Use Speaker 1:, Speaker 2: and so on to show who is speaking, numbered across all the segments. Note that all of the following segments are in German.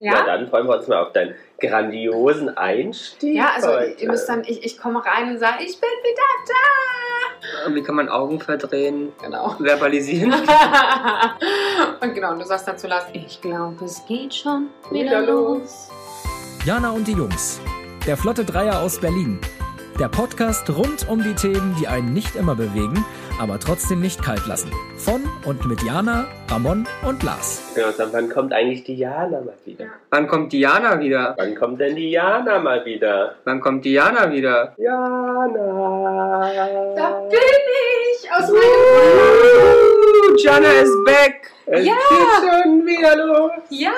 Speaker 1: Ja? Na dann freuen wir uns mal auf deinen grandiosen Einstieg.
Speaker 2: Ja, also
Speaker 1: heute.
Speaker 2: ihr müsst dann, ich, ich komme rein und sage, ich bin wieder
Speaker 3: Und Wie kann man Augen verdrehen,
Speaker 2: da! Genau.
Speaker 3: verbalisieren?
Speaker 2: und genau, und du sagst dann zu Lars, ich glaube, es geht schon wieder
Speaker 1: Wieder
Speaker 2: los.
Speaker 4: Jana und die Jungs. Der Flotte Dreier aus Berlin. Der Podcast rund um die Themen, die einen nicht immer bewegen, aber trotzdem nicht kalt lassen. Von und mit Jana, Ramon und Lars.
Speaker 1: Wir können auch sagen, wann kommt eigentlich Diana mal wieder?
Speaker 2: Ja.
Speaker 3: Wann kommt Diana wieder?
Speaker 1: Wann kommt denn Diana mal wieder?
Speaker 3: Wann kommt Diana wieder?
Speaker 1: Diana!
Speaker 2: Da bin ich aus meinem...
Speaker 3: Uh, Diana is back!
Speaker 1: es
Speaker 2: Ja!
Speaker 1: geht schon wieder los!
Speaker 2: Ja,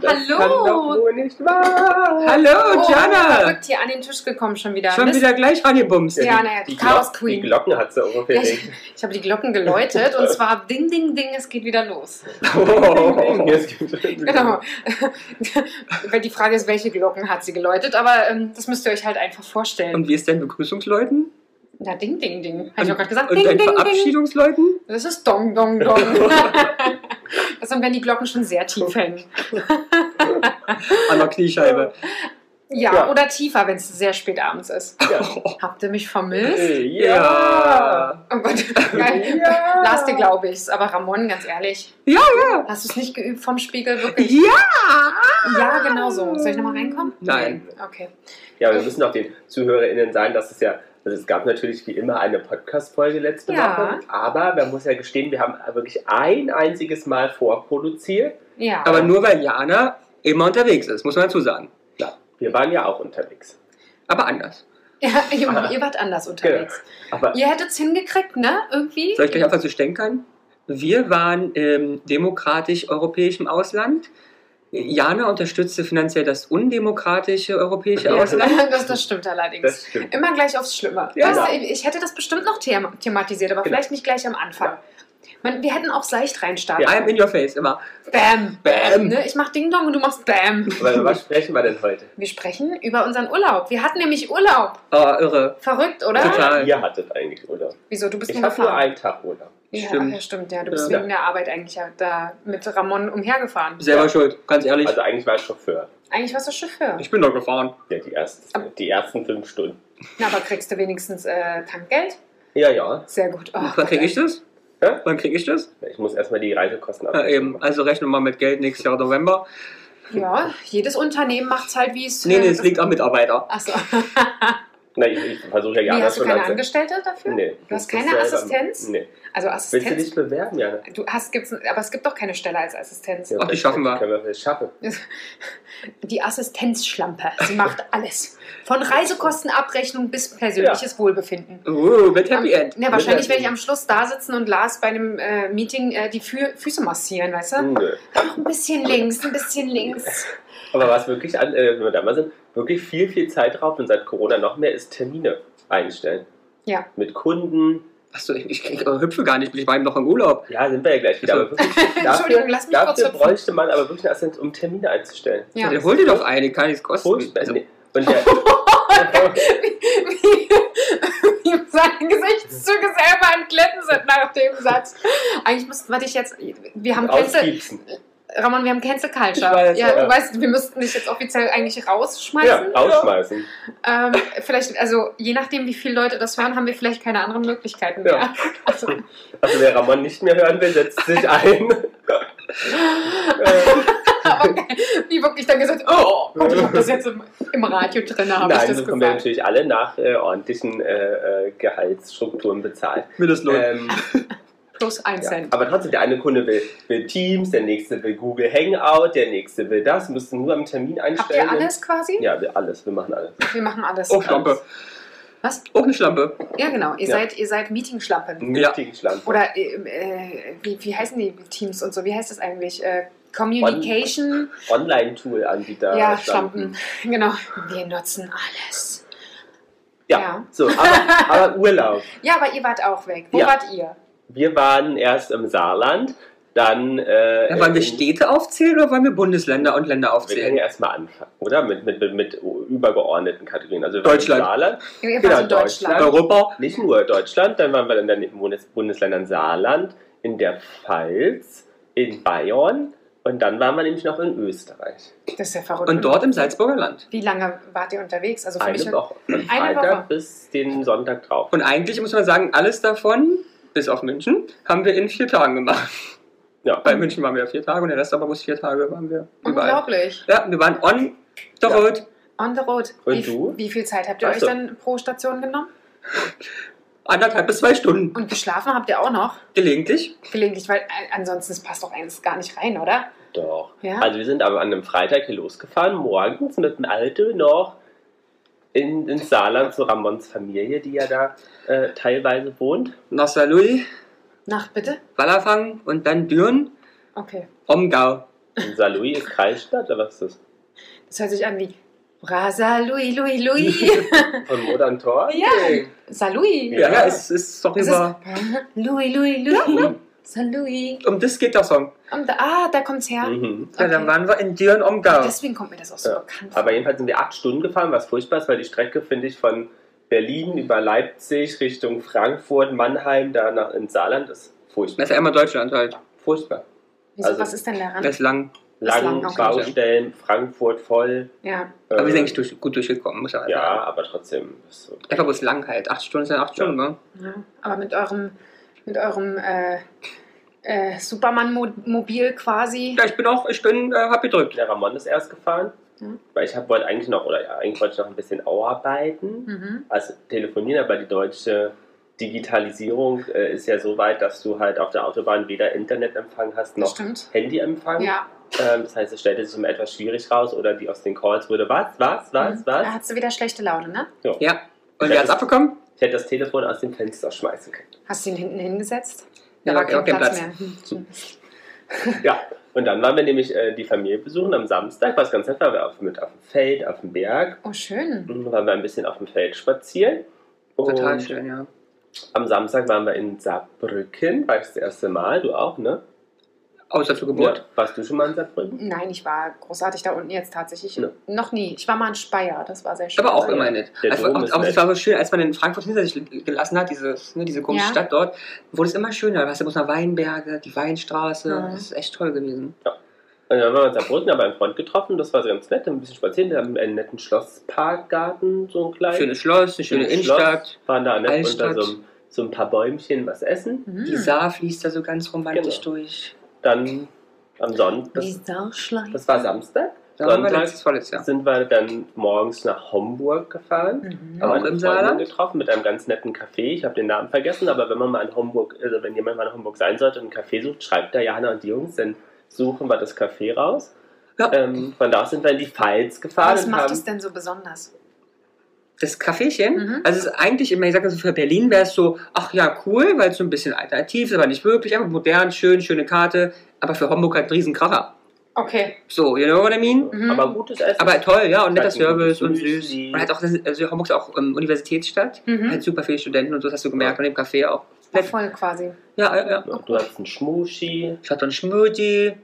Speaker 1: Das kann doch
Speaker 2: hallo. Oh,
Speaker 1: wohl nicht wahr!
Speaker 3: Hallo, Diana!
Speaker 2: verrückt hier an den Tisch gekommen schon wieder.
Speaker 3: Schon
Speaker 2: Mist.
Speaker 3: wieder gleich angebumst.
Speaker 2: Ja. oh. Diana,
Speaker 1: die, die,
Speaker 2: Chaos
Speaker 1: Glock,
Speaker 2: Queen.
Speaker 1: die Glocken hat sie
Speaker 2: Ja, ich
Speaker 1: umgekriegt.
Speaker 2: ich habe die Glocken geläutet und zwar ding, ding, ding, es geht wieder los.
Speaker 1: Es gibt-
Speaker 2: Genau. Weil die Frage ist, welche Glocken hat sie geläutet, aber ähm, das müsst ihr euch halt einfach vorstellen.
Speaker 3: Und wie ist dein Begrüßungsleuten?
Speaker 2: Na, ding, ding, ding. Habe ich
Speaker 3: Und-
Speaker 2: auch gerade gesagt.
Speaker 3: Und
Speaker 2: Ding,
Speaker 3: dein
Speaker 2: ding, ding.
Speaker 3: Verabschiedungsleuten?
Speaker 2: Das ist dong, dong, dong. das sind, wenn die Glocken schon sehr tief hängen.
Speaker 3: An der Kniescheibe.
Speaker 2: Ja,
Speaker 1: Ja.
Speaker 2: oder tiefer, wenn es sehr spät abends ist.
Speaker 3: Oh.
Speaker 1: Ja.
Speaker 2: Habt ihr mich vermisst?
Speaker 1: Ja!
Speaker 2: Aber- Geil.
Speaker 1: Ja.
Speaker 2: Lass dir, glaube ich's. Aber Ramon, ganz ehrlich.
Speaker 3: Ja,
Speaker 2: ja. Hast du es nicht geübt vom Spiegel, wirklich?
Speaker 3: Ja!
Speaker 2: Ja, genau so. Soll ich nochmal reinkommen?
Speaker 3: Nein.
Speaker 2: Okay.
Speaker 1: Ja, wir müssen auch den ZuhörerInnen sagen, dass es ja, also es gab natürlich wie immer eine Podcast-Folge letzte
Speaker 2: Ja.
Speaker 1: Woche, aber man muss ja gestehen, wir haben wirklich ein einziges Mal vorproduziert.
Speaker 2: Ja.
Speaker 3: Aber nur weil Jana immer unterwegs ist, muss man dazu sagen.
Speaker 1: Klar, wir waren ja auch unterwegs.
Speaker 3: Aber anders.
Speaker 2: ja, ihr, ihr wart anders unterwegs.
Speaker 1: Aber
Speaker 2: Ihr hättet's hingekriegt, ne? Irgendwie?
Speaker 3: Soll ich gleich einfach so stänkern? Wir waren im demokratisch-europäischen Ausland. Jana unterstützte finanziell das undemokratische europäische
Speaker 1: Ja.
Speaker 3: Ausland.
Speaker 2: das, das stimmt allerdings.
Speaker 1: das stimmt.
Speaker 2: Immer gleich aufs Schlimme.
Speaker 3: Ja. Genau.
Speaker 2: Weißt du, ich hätte das bestimmt noch thema thematisiert, aber
Speaker 1: Genau.
Speaker 2: vielleicht nicht gleich am Anfang. Man, wir hätten auch seicht reinstarten.
Speaker 3: I'm in your face immer.
Speaker 2: Bam!
Speaker 3: Bam.
Speaker 2: Ne? Ich mach Ding-Dong und du machst Bam.
Speaker 1: Aber über was sprechen wir denn heute?
Speaker 2: Wir sprechen über unseren Urlaub. Wir hatten nämlich Urlaub.
Speaker 3: Oh, irre.
Speaker 2: Verrückt, oder?
Speaker 1: Ah,
Speaker 3: Total.
Speaker 1: Ihr hattet eigentlich Urlaub.
Speaker 2: Wieso? Du bist
Speaker 1: Ich
Speaker 2: nur
Speaker 1: habe nur
Speaker 2: gefahren.
Speaker 1: einen Tag Urlaub.
Speaker 2: Ja,
Speaker 3: Stimmt.
Speaker 2: stimmt. ja, stimmt. Ja, du bist
Speaker 3: Ja.
Speaker 2: wegen der Arbeit eigentlich ja da mit Ramon umhergefahren.
Speaker 3: Selber
Speaker 1: Ja.
Speaker 3: schuld, ganz ehrlich.
Speaker 1: Also eigentlich war ich Chauffeur.
Speaker 2: Eigentlich warst du Chauffeur.
Speaker 3: ich bin doch gefahren.
Speaker 1: Ja, die, ersten, die ersten fünf Stunden.
Speaker 2: Na, aber kriegst du wenigstens äh, Tankgeld?
Speaker 1: Ja, ja.
Speaker 2: Sehr gut. Oh,
Speaker 3: Wann krieg ich das?
Speaker 1: Hä?
Speaker 3: Wann krieg ich das?
Speaker 1: Ich muss erstmal die Reisekosten
Speaker 3: Ja,
Speaker 1: abgeben.
Speaker 3: eben. Also rechnen wir mal mit Geld nächstes Jahr November.
Speaker 2: Ja, jedes Unternehmen macht's halt, wie es.
Speaker 3: Nee, nee, es liegt am Mitarbeiter.
Speaker 2: Achso.
Speaker 1: Na, ich, ich versuche ja
Speaker 2: nee,
Speaker 1: Jana
Speaker 2: hast du keine
Speaker 1: anzu-
Speaker 2: Angestellte dafür?
Speaker 1: Nee.
Speaker 2: Du hast
Speaker 1: Ich muss
Speaker 2: keine
Speaker 1: selber-
Speaker 2: Assistenz?
Speaker 1: Nee.
Speaker 2: Also
Speaker 1: Willst du
Speaker 2: Assistenz.
Speaker 1: dich bewerben, Jana?
Speaker 2: Du hast, gibt's, aber es gibt doch keine Stelle als Assistenz.
Speaker 1: Ja,
Speaker 3: Ach, die
Speaker 1: das
Speaker 3: schaffen wir.
Speaker 1: Können wir das schaffen.
Speaker 2: Die Assistenzschlampe. Sie macht alles. Von Reisekostenabrechnung bis persönliches Wohlbefinden.
Speaker 3: Uh, mit Happy
Speaker 2: Am-
Speaker 3: End.
Speaker 2: Ja, wahrscheinlich
Speaker 1: Mit Happy
Speaker 2: werde ich am Schluss da sitzen und Lars bei einem äh, Meeting äh, die Fü Füße massieren, weißt du?
Speaker 1: Nö.
Speaker 2: Ach, ein bisschen links, ein bisschen links.
Speaker 1: Aber was wirklich, an, äh, wenn wir da mal sind, wirklich viel, viel Zeit drauf und seit Corona noch mehr ist Termine einstellen.
Speaker 2: Ja.
Speaker 1: Mit Kunden.
Speaker 3: Achso, ich, ich, ich hüpfe gar nicht, ich war eben noch im Urlaub.
Speaker 1: Ja, sind wir ja gleich wieder.
Speaker 3: So.
Speaker 1: Aber wirklich, dafür,
Speaker 2: Entschuldigung, lass mich kurz
Speaker 1: dafür
Speaker 2: hüpfen.
Speaker 1: bräuchte man aber wirklich einen Assistent, um Termine einzustellen.
Speaker 3: Ja,
Speaker 2: Ja.
Speaker 3: dann hol dir doch eine, die kann nichts kosten.
Speaker 1: Furchtbar.
Speaker 3: Also,
Speaker 1: Nee. Und der,
Speaker 2: wie ihm seine Gesichtszüge selber entglitten sind nach dem Satz. Eigentlich müssten wir dich jetzt. Wir haben Cancel.
Speaker 1: auspiepsen.
Speaker 2: Ramon, wir haben Cancel Culture.
Speaker 3: Ich weiß,
Speaker 2: ja,
Speaker 1: ja.
Speaker 2: du weißt, wir müssten dich jetzt offiziell eigentlich
Speaker 1: Ja,
Speaker 2: rausschmeißen.
Speaker 1: rausschmeißen.
Speaker 2: Ähm, vielleicht, also je nachdem, wie viele Leute das hören, haben wir vielleicht keine anderen Möglichkeiten
Speaker 1: Ja.
Speaker 2: mehr. Also,
Speaker 1: Also wer Ramon nicht mehr hören will, setzt sich ein. äh,
Speaker 2: wie wirklich dann gesagt, oh, Gott, ich habe das jetzt im, im Radio drin, habe ich
Speaker 1: nein,
Speaker 2: das
Speaker 1: das kommen wir
Speaker 2: gesagt.
Speaker 1: natürlich alle nach äh, ordentlichen äh, äh, Gehaltsstrukturen bezahlt.
Speaker 3: Mindestlohn.
Speaker 1: Ähm,
Speaker 2: Plus ein
Speaker 1: Ja.
Speaker 2: Cent.
Speaker 1: Aber trotzdem, der eine Kunde will, will Teams, der nächste will Google Hangout, der nächste will das, müssen nur am Termin
Speaker 2: Habt
Speaker 1: einstellen.
Speaker 2: ihr alles quasi?
Speaker 1: Ja, wir alles, wir machen alles.
Speaker 2: Wir machen alles.
Speaker 3: auch Oh, Schlampe.
Speaker 2: Was?
Speaker 3: Auch eine Schlampe.
Speaker 2: Ja, genau. Ihr
Speaker 1: Ja. Mhm.
Speaker 2: seid, ihr seid Meeting-Schlampen.
Speaker 1: Ein
Speaker 3: Ja.
Speaker 1: richtigen Schlampe.
Speaker 2: Oder äh, äh, wie, wie heißen die Teams und so? Wie heißt das eigentlich? Äh, Communication?
Speaker 1: Online-Tool-Anbieter.
Speaker 2: ja, Schlampen. Genau. Wir nutzen alles.
Speaker 1: Ja.
Speaker 2: Ja.
Speaker 1: So, aber, aber Urlaub.
Speaker 2: Ja, aber ihr wart auch weg. Wo
Speaker 1: Ja.
Speaker 2: wart ihr?
Speaker 1: Wir waren erst im Saarland, dann. Äh,
Speaker 3: Ja, wollen wir
Speaker 1: in-
Speaker 3: Städte aufzählen oder wollen wir Bundesländer und Länder
Speaker 1: Wir können
Speaker 3: aufzählen?
Speaker 1: ja erstmal anfangen, oder? Mit, mit, mit, mit übergeordneten Kategorien. Also wir
Speaker 3: Deutschland.
Speaker 1: Waren im Saarland,
Speaker 2: Ihr
Speaker 1: Genau,
Speaker 2: wart in
Speaker 1: Deutschland.
Speaker 2: Deutschland.
Speaker 3: Europa.
Speaker 1: nicht nur Deutschland, dann waren wir in den Bundes Bundesländern Saarland, in der Pfalz, in Bayern, Und dann waren wir nämlich noch in Österreich.
Speaker 2: Das ist ja verrückt.
Speaker 3: Und dort im Salzburger Land.
Speaker 2: Wie lange wart ihr unterwegs? Also für
Speaker 1: Eine
Speaker 2: mich
Speaker 1: Woche. Von
Speaker 2: Eine
Speaker 1: Freitag
Speaker 2: Woche.
Speaker 1: bis den Sonntag drauf.
Speaker 3: Und eigentlich muss man sagen, alles davon, bis auf München, haben wir in vier Tagen gemacht.
Speaker 1: Ja.
Speaker 3: Bei München waren wir ja vier Tage und der Rest aber bloß vier Tage waren wir überall.
Speaker 2: unglaublich.
Speaker 3: Ja, wir waren on the
Speaker 1: Ja.
Speaker 3: road.
Speaker 2: On the road.
Speaker 1: Und
Speaker 2: wie,
Speaker 1: du?
Speaker 2: wie viel Zeit habt ihr
Speaker 1: Ach so.
Speaker 2: euch dann pro Station genommen?
Speaker 3: Anderthalb bis zwei Stunden.
Speaker 2: Und geschlafen habt ihr auch noch?
Speaker 3: Gelegentlich.
Speaker 2: Gelegentlich, weil äh, ansonsten es passt doch eines gar nicht rein, oder?
Speaker 1: Doch.
Speaker 2: Ja.
Speaker 1: Also wir sind aber an einem Freitag hier losgefahren, morgens mit dem Alto noch in, ins Saarland zu Ramons Familie, die ja da äh, teilweise wohnt.
Speaker 3: Nach Saarlouis,
Speaker 2: Nacht bitte?
Speaker 3: Wallerfang und dann Düren,
Speaker 2: Okay.
Speaker 3: Omgau.
Speaker 1: In Saarlouis ist Kreisstadt, oder was ist
Speaker 2: Das hört sich an wie Brasa Louis Louis Louis.
Speaker 1: das? Von Modern Tor?
Speaker 2: ja, Salui.
Speaker 3: Ja,
Speaker 1: Ja.
Speaker 3: es ist doch
Speaker 2: Es ist
Speaker 3: über.
Speaker 2: Louis Louis Louis. Salui.
Speaker 3: Um das geht der Song.
Speaker 2: Und da, ah, da kommt's her.
Speaker 1: Mhm.
Speaker 3: Ja, dann waren wir in Düren, Omgau.
Speaker 2: Deswegen kommt mir das auch so
Speaker 1: Ja.
Speaker 2: bekannt vor.
Speaker 1: Aber jedenfalls sind wir acht Stunden gefahren, was furchtbar ist, weil die Strecke, finde ich, von Berlin über Leipzig Richtung Frankfurt, Mannheim, da nach ins Saarland ist furchtbar.
Speaker 3: Das ist ja immer Deutschland halt.
Speaker 1: Furchtbar.
Speaker 2: Wieso,
Speaker 1: also-
Speaker 2: was ist denn daran?
Speaker 3: Das ist lang.
Speaker 2: Ist
Speaker 1: Lang,
Speaker 2: lang, okay.
Speaker 1: Baustellen, Frankfurt voll.
Speaker 2: ja.
Speaker 3: Aber wir sind
Speaker 1: äh,
Speaker 3: eigentlich durch, gut durchgekommen, muss man
Speaker 1: Ja,
Speaker 3: sagen.
Speaker 1: aber trotzdem. ist so.
Speaker 3: Einfach bloß lang halt. Acht Stunden sind acht Stunden, ne?
Speaker 2: ja. Aber mit eurem, mit eurem äh, äh, Superman-Mobil quasi.
Speaker 3: Ja, ich bin auch, ich bin, äh, hab gedrückt.
Speaker 1: Der Ramon ist erst gefahren,
Speaker 2: Mhm.
Speaker 1: weil ich hab- wollte eigentlich noch, oder ja, eigentlich wollte ich noch ein bisschen arbeiten,
Speaker 2: Mhm.
Speaker 1: also telefonieren, aber die deutsche Digitalisierung äh, ist ja so weit, dass du halt auf der Autobahn weder Internetempfang hast
Speaker 2: Das
Speaker 1: noch
Speaker 2: stimmt.
Speaker 1: Handyempfang.
Speaker 2: Ja.
Speaker 1: Ähm, das heißt, es stellte sich immer etwas schwierig raus oder die aus den Calls wurde, was, was, was,
Speaker 2: Mhm. Da
Speaker 1: was.
Speaker 2: hast du wieder schlechte Laune, ne?
Speaker 3: Ja. Und wer hat's abbekommen?
Speaker 1: Ich hätte das Telefon aus dem Fenster schmeißen können.
Speaker 2: Hast du ihn hinten hingesetzt?
Speaker 3: Ja, war kein Platz.
Speaker 2: mehr. Hm,
Speaker 1: Ja, und dann waren wir nämlich äh, die Familie besuchen am Samstag, was ganz nett war, wir auf, mit auf dem Feld, auf dem Berg.
Speaker 2: Oh, schön.
Speaker 1: Dann waren wir ein bisschen auf dem Feld spazieren.
Speaker 3: Total
Speaker 1: Und
Speaker 3: schön, ja.
Speaker 1: Am Samstag waren wir in Saarbrücken, war ich das erste Mal, du auch, ne?
Speaker 3: Außer zur Geburt.
Speaker 1: Ja. Warst du schon mal in Saarbrücken?
Speaker 2: Nein, ich war großartig da unten jetzt tatsächlich.
Speaker 1: Ne.
Speaker 2: Noch nie. Ich war mal in Speyer, das war sehr schön.
Speaker 3: Aber auch
Speaker 1: Ja.
Speaker 3: immer nett.
Speaker 1: Der
Speaker 3: Also,
Speaker 1: Dom
Speaker 3: auch,
Speaker 1: ist
Speaker 3: auch
Speaker 1: nett.
Speaker 3: es war so schön, als man in Frankfurt hinter sich gelassen hat, dieses, ne, diese komische
Speaker 2: Ja.
Speaker 3: Stadt dort, wurde es immer schöner. Da hast du bloß nach Weinberge, die Weinstraße.
Speaker 2: Mhm.
Speaker 3: Das ist echt toll gewesen.
Speaker 1: Und dann waren wir in Saarbrücken, aber einen Freund getroffen, das war so ganz nett, ein bisschen spazieren, wir haben einen netten Schlossparkgarten, so ein kleinen.
Speaker 3: Schönes Schloss, eine schöne
Speaker 1: Schönes
Speaker 3: Innenstadt.
Speaker 1: Schloss, waren da nett
Speaker 3: Altstadt.
Speaker 1: unter so, einem- so ein paar Bäumchen was essen.
Speaker 2: Mhm.
Speaker 3: Die Saar fließt da so ganz romantisch
Speaker 1: Genau.
Speaker 3: durch.
Speaker 1: Dann am Sonntag,
Speaker 2: Die
Speaker 1: das,
Speaker 2: Sauschleife.
Speaker 1: das war Samstag,
Speaker 3: Da waren wir
Speaker 1: Sonntag.
Speaker 3: letztes, vorletztes Jahr.
Speaker 1: sind wir dann morgens nach Homburg gefahren.
Speaker 2: Mhm.
Speaker 1: Haben
Speaker 3: Auch
Speaker 1: eine Freundin
Speaker 3: im Saarland?
Speaker 1: getroffen mit einem ganz netten Café. Ich habe den Namen vergessen, aber wenn man mal in Homburg, also wenn jemand mal in Homburg sein sollte und einen Café sucht, schreibt da Johanna und die Jungs, dann suchen wir das Café raus.
Speaker 3: Ja.
Speaker 1: Ähm, von da aus sind wir in die Pfalz gefahren.
Speaker 2: Was
Speaker 1: und
Speaker 2: macht
Speaker 1: haben,
Speaker 2: es denn so besonders?
Speaker 3: Das Kaffeechen,
Speaker 2: Mhm.
Speaker 3: also es ist eigentlich immer, ich sage so, für Berlin wäre es so, ach ja, cool, weil es so ein bisschen alternativ ist, aber nicht wirklich, einfach modern, schön, schöne Karte, aber für Homburg halt ein Riesenkracher.
Speaker 2: Okay.
Speaker 3: So, you know what I mean?
Speaker 2: Mhm.
Speaker 1: Aber gutes Essen.
Speaker 3: Aber toll, ja, und netter
Speaker 1: Halt ein gutes
Speaker 3: Service und süß.
Speaker 1: Müsli.
Speaker 3: Und halt auch, das ist- also Homburg ist auch ähm, Universitätsstadt,
Speaker 2: Mhm.
Speaker 3: halt super viele Studenten und so, das hast du gemerkt, und im Café auch.
Speaker 2: War voll quasi.
Speaker 3: Ja, ja, ja.
Speaker 1: Ja, du hattest einen Schmuschi.
Speaker 3: Ich hatte einen Smoothie,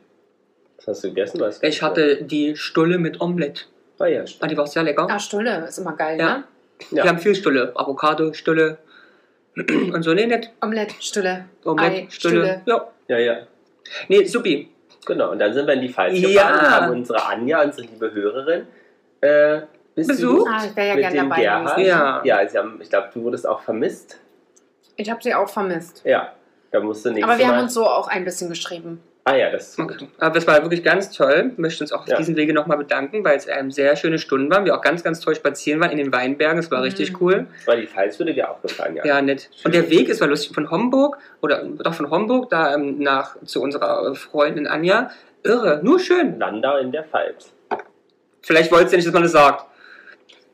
Speaker 1: Was hast du gegessen? Weißt du
Speaker 3: ich
Speaker 1: nicht
Speaker 3: hatte die Stulle mit Omelette.
Speaker 1: mehr? Ah, ja,
Speaker 3: Ah, die war auch sehr lecker.
Speaker 2: Ah, Stulle ist immer geil,
Speaker 3: Ja.
Speaker 2: ne?
Speaker 1: ja.
Speaker 3: Wir haben viel Stulle, Avocado, Stulle und so, nee, nett.
Speaker 2: Omelette, Stulle. Ei,
Speaker 3: Omelette,
Speaker 2: Stulle.
Speaker 3: Stulle. Ja.
Speaker 1: ja, ja.
Speaker 3: Nee, supi.
Speaker 1: Genau. Und dann sind wir in die Pfalz
Speaker 3: Ja.
Speaker 1: gefahren und haben unsere Anja, unsere liebe Hörerin, äh,
Speaker 3: Besucht?
Speaker 2: Ah, ich wäre ja
Speaker 1: mit
Speaker 2: gern
Speaker 1: dem
Speaker 2: dabei gewesen.
Speaker 1: Gerhard.
Speaker 3: Ja.
Speaker 1: Ja, sie haben, ich glaube, du wurdest auch vermisst.
Speaker 2: Ich habe sie auch vermisst.
Speaker 1: Ja, da musst du nächstes
Speaker 2: Aber wir
Speaker 1: Mal.
Speaker 2: haben uns so auch ein bisschen geschrieben.
Speaker 1: ah ja, das ist gut.
Speaker 3: Okay. Aber das war wirklich ganz toll. Wir möchten uns auch auf
Speaker 1: Ja.
Speaker 3: diesem Wege nochmal bedanken, weil es ähm, sehr schöne Stunden waren. Wir auch ganz, ganz toll spazieren waren in den Weinbergen. Es war
Speaker 2: Mhm.
Speaker 3: richtig cool.
Speaker 1: Weil die Pfalz würde dir auch gefallen, ja.
Speaker 3: Ja, nett. Und der Weg ist war lustig von Homburg oder doch von Homburg da ähm, nach zu unserer äh, Freundin Anja. Irre, nur schön.
Speaker 1: Landau in der Pfalz.
Speaker 3: Vielleicht wollt ihr nicht, dass man das sagt.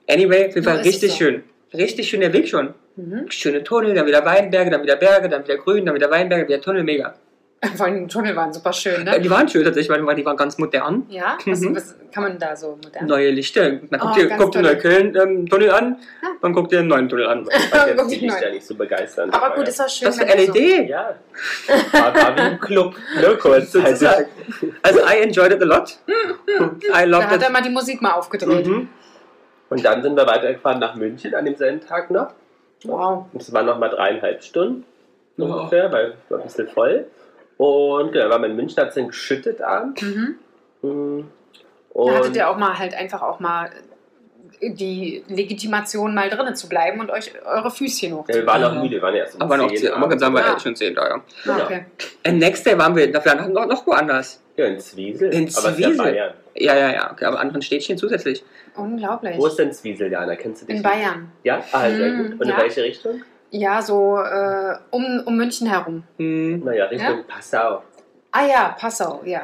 Speaker 3: Anyway, auf jeden Fall
Speaker 2: Ja, ist
Speaker 3: richtig
Speaker 2: so.
Speaker 3: schön. Richtig schön der Weg schon.
Speaker 2: Mhm.
Speaker 3: Schöne Tunnel, dann wieder Weinberge, dann wieder Berge, dann wieder Grün, dann wieder Weinberge, wieder Tunnel, mega.
Speaker 2: Vor allem die Tunnel waren super schön,
Speaker 3: Äh,
Speaker 2: ne?
Speaker 3: Die waren schön tatsächlich, weil die waren ganz modern.
Speaker 2: Ja? Was,
Speaker 3: Mhm.
Speaker 2: was kann man da so modern?
Speaker 3: Neue Lichter. Man
Speaker 2: Oh,
Speaker 3: guckt dir
Speaker 2: ganz
Speaker 3: guckt den
Speaker 2: toll.
Speaker 3: Neukölln-Tunnel an,
Speaker 2: Ja.
Speaker 3: dann guckt ihr den neuen Tunnel an.
Speaker 1: Ich fand
Speaker 2: Guck
Speaker 1: jetzt die
Speaker 2: ich mal.
Speaker 1: Lichter nicht so begeistern.
Speaker 2: Aber gut, es war schön.
Speaker 3: Das E ist
Speaker 2: wenn wir
Speaker 3: eine
Speaker 2: so-
Speaker 3: Idee.
Speaker 1: Ja. War, war wie ein Club. Ne, kurz. Also,
Speaker 3: sozusagen. Also I enjoyed it a lot. I
Speaker 2: Da
Speaker 3: loved
Speaker 2: hat er
Speaker 3: it.
Speaker 2: mal die Musik mal aufgedreht.
Speaker 3: Mhm.
Speaker 1: und dann sind wir weitergefahren nach München an demselben Tag noch.
Speaker 2: Wow.
Speaker 1: Und es waren nochmal dreieinhalb Stunden
Speaker 3: Wow.
Speaker 1: ungefähr, weil es war ein bisschen voll. Und genau, waren wir in München, hat es dann geschüttet abends.
Speaker 2: Mhm.
Speaker 1: Mhm.
Speaker 2: Da
Speaker 1: Und
Speaker 2: hattet ihr auch mal halt einfach auch mal die Legitimation, mal drinnen zu bleiben und euch eure Füßchen hoch.
Speaker 1: ja, wir waren auch
Speaker 3: Ja.
Speaker 1: müde, wir waren erst um
Speaker 3: Aber noch
Speaker 1: 10
Speaker 3: zehn, man kann
Speaker 1: abends.
Speaker 3: sagen, wir
Speaker 2: Ja.
Speaker 3: waren schon zehn Tage.
Speaker 2: Ah, okay.
Speaker 3: Am next day waren wir, da waren wir noch, noch woanders.
Speaker 1: Ja, in Zwiesel.
Speaker 3: In
Speaker 1: Aber es ist ja
Speaker 3: Zwiesel.
Speaker 1: Bayern.
Speaker 3: Ja, ja, ja, okay, aber anderen Städtchen zusätzlich.
Speaker 2: Unglaublich.
Speaker 1: Wo ist denn Zwiesel, Jana? Kennst du dich?
Speaker 2: In Bayern.
Speaker 1: Ja? Ah, sehr
Speaker 2: Hm,
Speaker 1: gut. Und in
Speaker 2: ja.
Speaker 1: welche Richtung?
Speaker 2: Ja, so äh, um, um München herum.
Speaker 3: Hm.
Speaker 1: Naja, Richtung Passau.
Speaker 2: Ah ja, Passau, ja.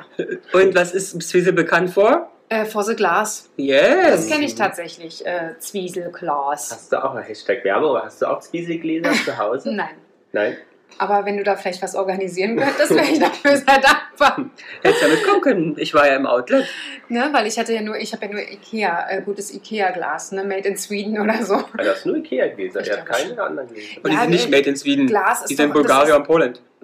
Speaker 3: Und was ist Zwiesel bekannt vor?
Speaker 2: Äh, For the Glass. Das
Speaker 3: Yes!
Speaker 2: kenne ich tatsächlich. Äh, Zwiesel Glas.
Speaker 1: Hast du auch Hashtag Werbung, aber hast du auch Zwieselgläser zu Hause?
Speaker 2: Nein.
Speaker 1: Nein?
Speaker 2: Aber wenn du da vielleicht was organisieren könntest, wäre ich dafür sehr dankbar.
Speaker 3: Hättest ja mitkommen können. Ich war ja im Outlet.
Speaker 2: Ne? Weil ich hatte ja nur, ich habe ja nur Ikea, äh, gutes Ikea-Glas, ne? Made in Sweden oder so.
Speaker 3: Hm.
Speaker 1: Also hast du nur Ikea-Gläser,
Speaker 2: Ich
Speaker 1: er hat
Speaker 2: glaube
Speaker 1: keine anderen Gläser.
Speaker 2: Ja,
Speaker 3: Und die sind nicht
Speaker 2: nee.
Speaker 3: made in Sweden.
Speaker 2: Glas
Speaker 3: die
Speaker 2: ist
Speaker 3: sind in
Speaker 2: doch- das
Speaker 3: Bulgarien
Speaker 2: ist-
Speaker 3: und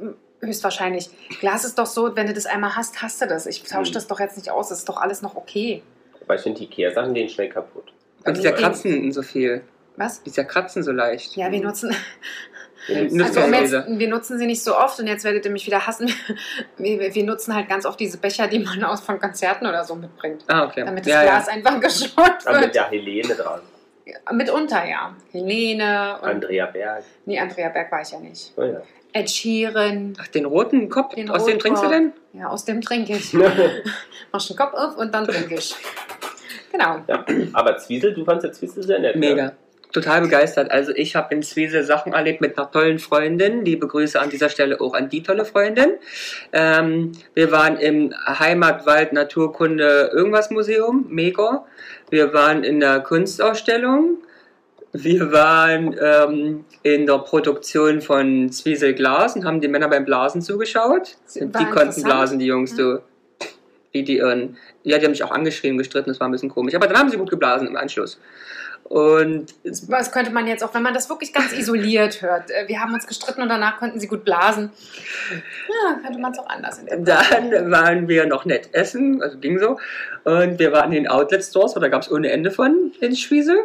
Speaker 3: Polen.
Speaker 2: Höchstwahrscheinlich. Glas ist doch so, wenn du das einmal hast, hast du das. Ich tausche
Speaker 1: Hm.
Speaker 2: das doch jetzt nicht aus. Das ist doch alles noch okay.
Speaker 1: Weil ich finde, die Ikea-Sachen gehen schnell kaputt.
Speaker 3: Und die zerkratzen
Speaker 2: Kratzen.
Speaker 3: so viel.
Speaker 2: Was?
Speaker 3: Die zerkratzen so leicht.
Speaker 2: Ja, wir nutzen,
Speaker 1: Wir nutzen
Speaker 3: Nützt
Speaker 2: also
Speaker 3: auch
Speaker 2: um
Speaker 1: das-
Speaker 2: jetzt,
Speaker 3: Gläser.
Speaker 2: wir nutzen sie nicht so oft und jetzt werdet ihr mich wieder hassen. Wir, wir, wir nutzen halt ganz oft diese Becher, die man aus von Konzerten oder so mitbringt.
Speaker 3: Ah, okay.
Speaker 2: Damit das
Speaker 3: ja,
Speaker 2: Glas einfach geschont
Speaker 1: Aber mit
Speaker 2: wird.
Speaker 1: der Helene dran.
Speaker 2: Mitunter, ja. Helene und.
Speaker 1: Andrea Berg.
Speaker 2: nee, Andrea Berg war ich ja nicht.
Speaker 1: Oh ja.
Speaker 2: Ed Sheeran.
Speaker 3: ja. Ach, den roten Kopf,
Speaker 2: Den
Speaker 3: aus dem
Speaker 2: roten
Speaker 3: trinkst du
Speaker 2: Kopf.
Speaker 3: denn?
Speaker 2: Ja, aus dem trinke ich. Mach den Kopf auf und dann trinke ich. Genau.
Speaker 1: ja. Aber Zwiesel, du fandst ja Zwiesel sehr nett. Ne?
Speaker 3: Mega. Total begeistert. Also ich habe in Zwiesel Sachen erlebt mit einer tollen Freundin. Liebe Grüße an dieser Stelle auch an die tolle Freundin. Ähm, wir waren im Heimatwald Naturkunde irgendwas Museum, mega. Wir waren in der Kunstausstellung. Wir waren ähm, in der Produktion von Zwiesel Glas und haben den Männern beim Blasen zugeschaut.
Speaker 2: War
Speaker 3: die konnten
Speaker 2: interessant.
Speaker 3: blasen, die Jungs, du. Wie die irren. Ja, die haben mich auch angeschrieben, gestritten, das war ein bisschen komisch. Aber dann haben sie gut geblasen im Anschluss. Und
Speaker 2: Das könnte man jetzt auch, wenn man das wirklich ganz isoliert hört. Äh, Wir haben uns gestritten und danach konnten sie gut blasen. Ja, könnte man es auch anders
Speaker 3: dann waren wir noch nett essen, also ging so. Und wir waren in den Outlet-Stores, weil da gab es ohne Ende von in Schwiesel.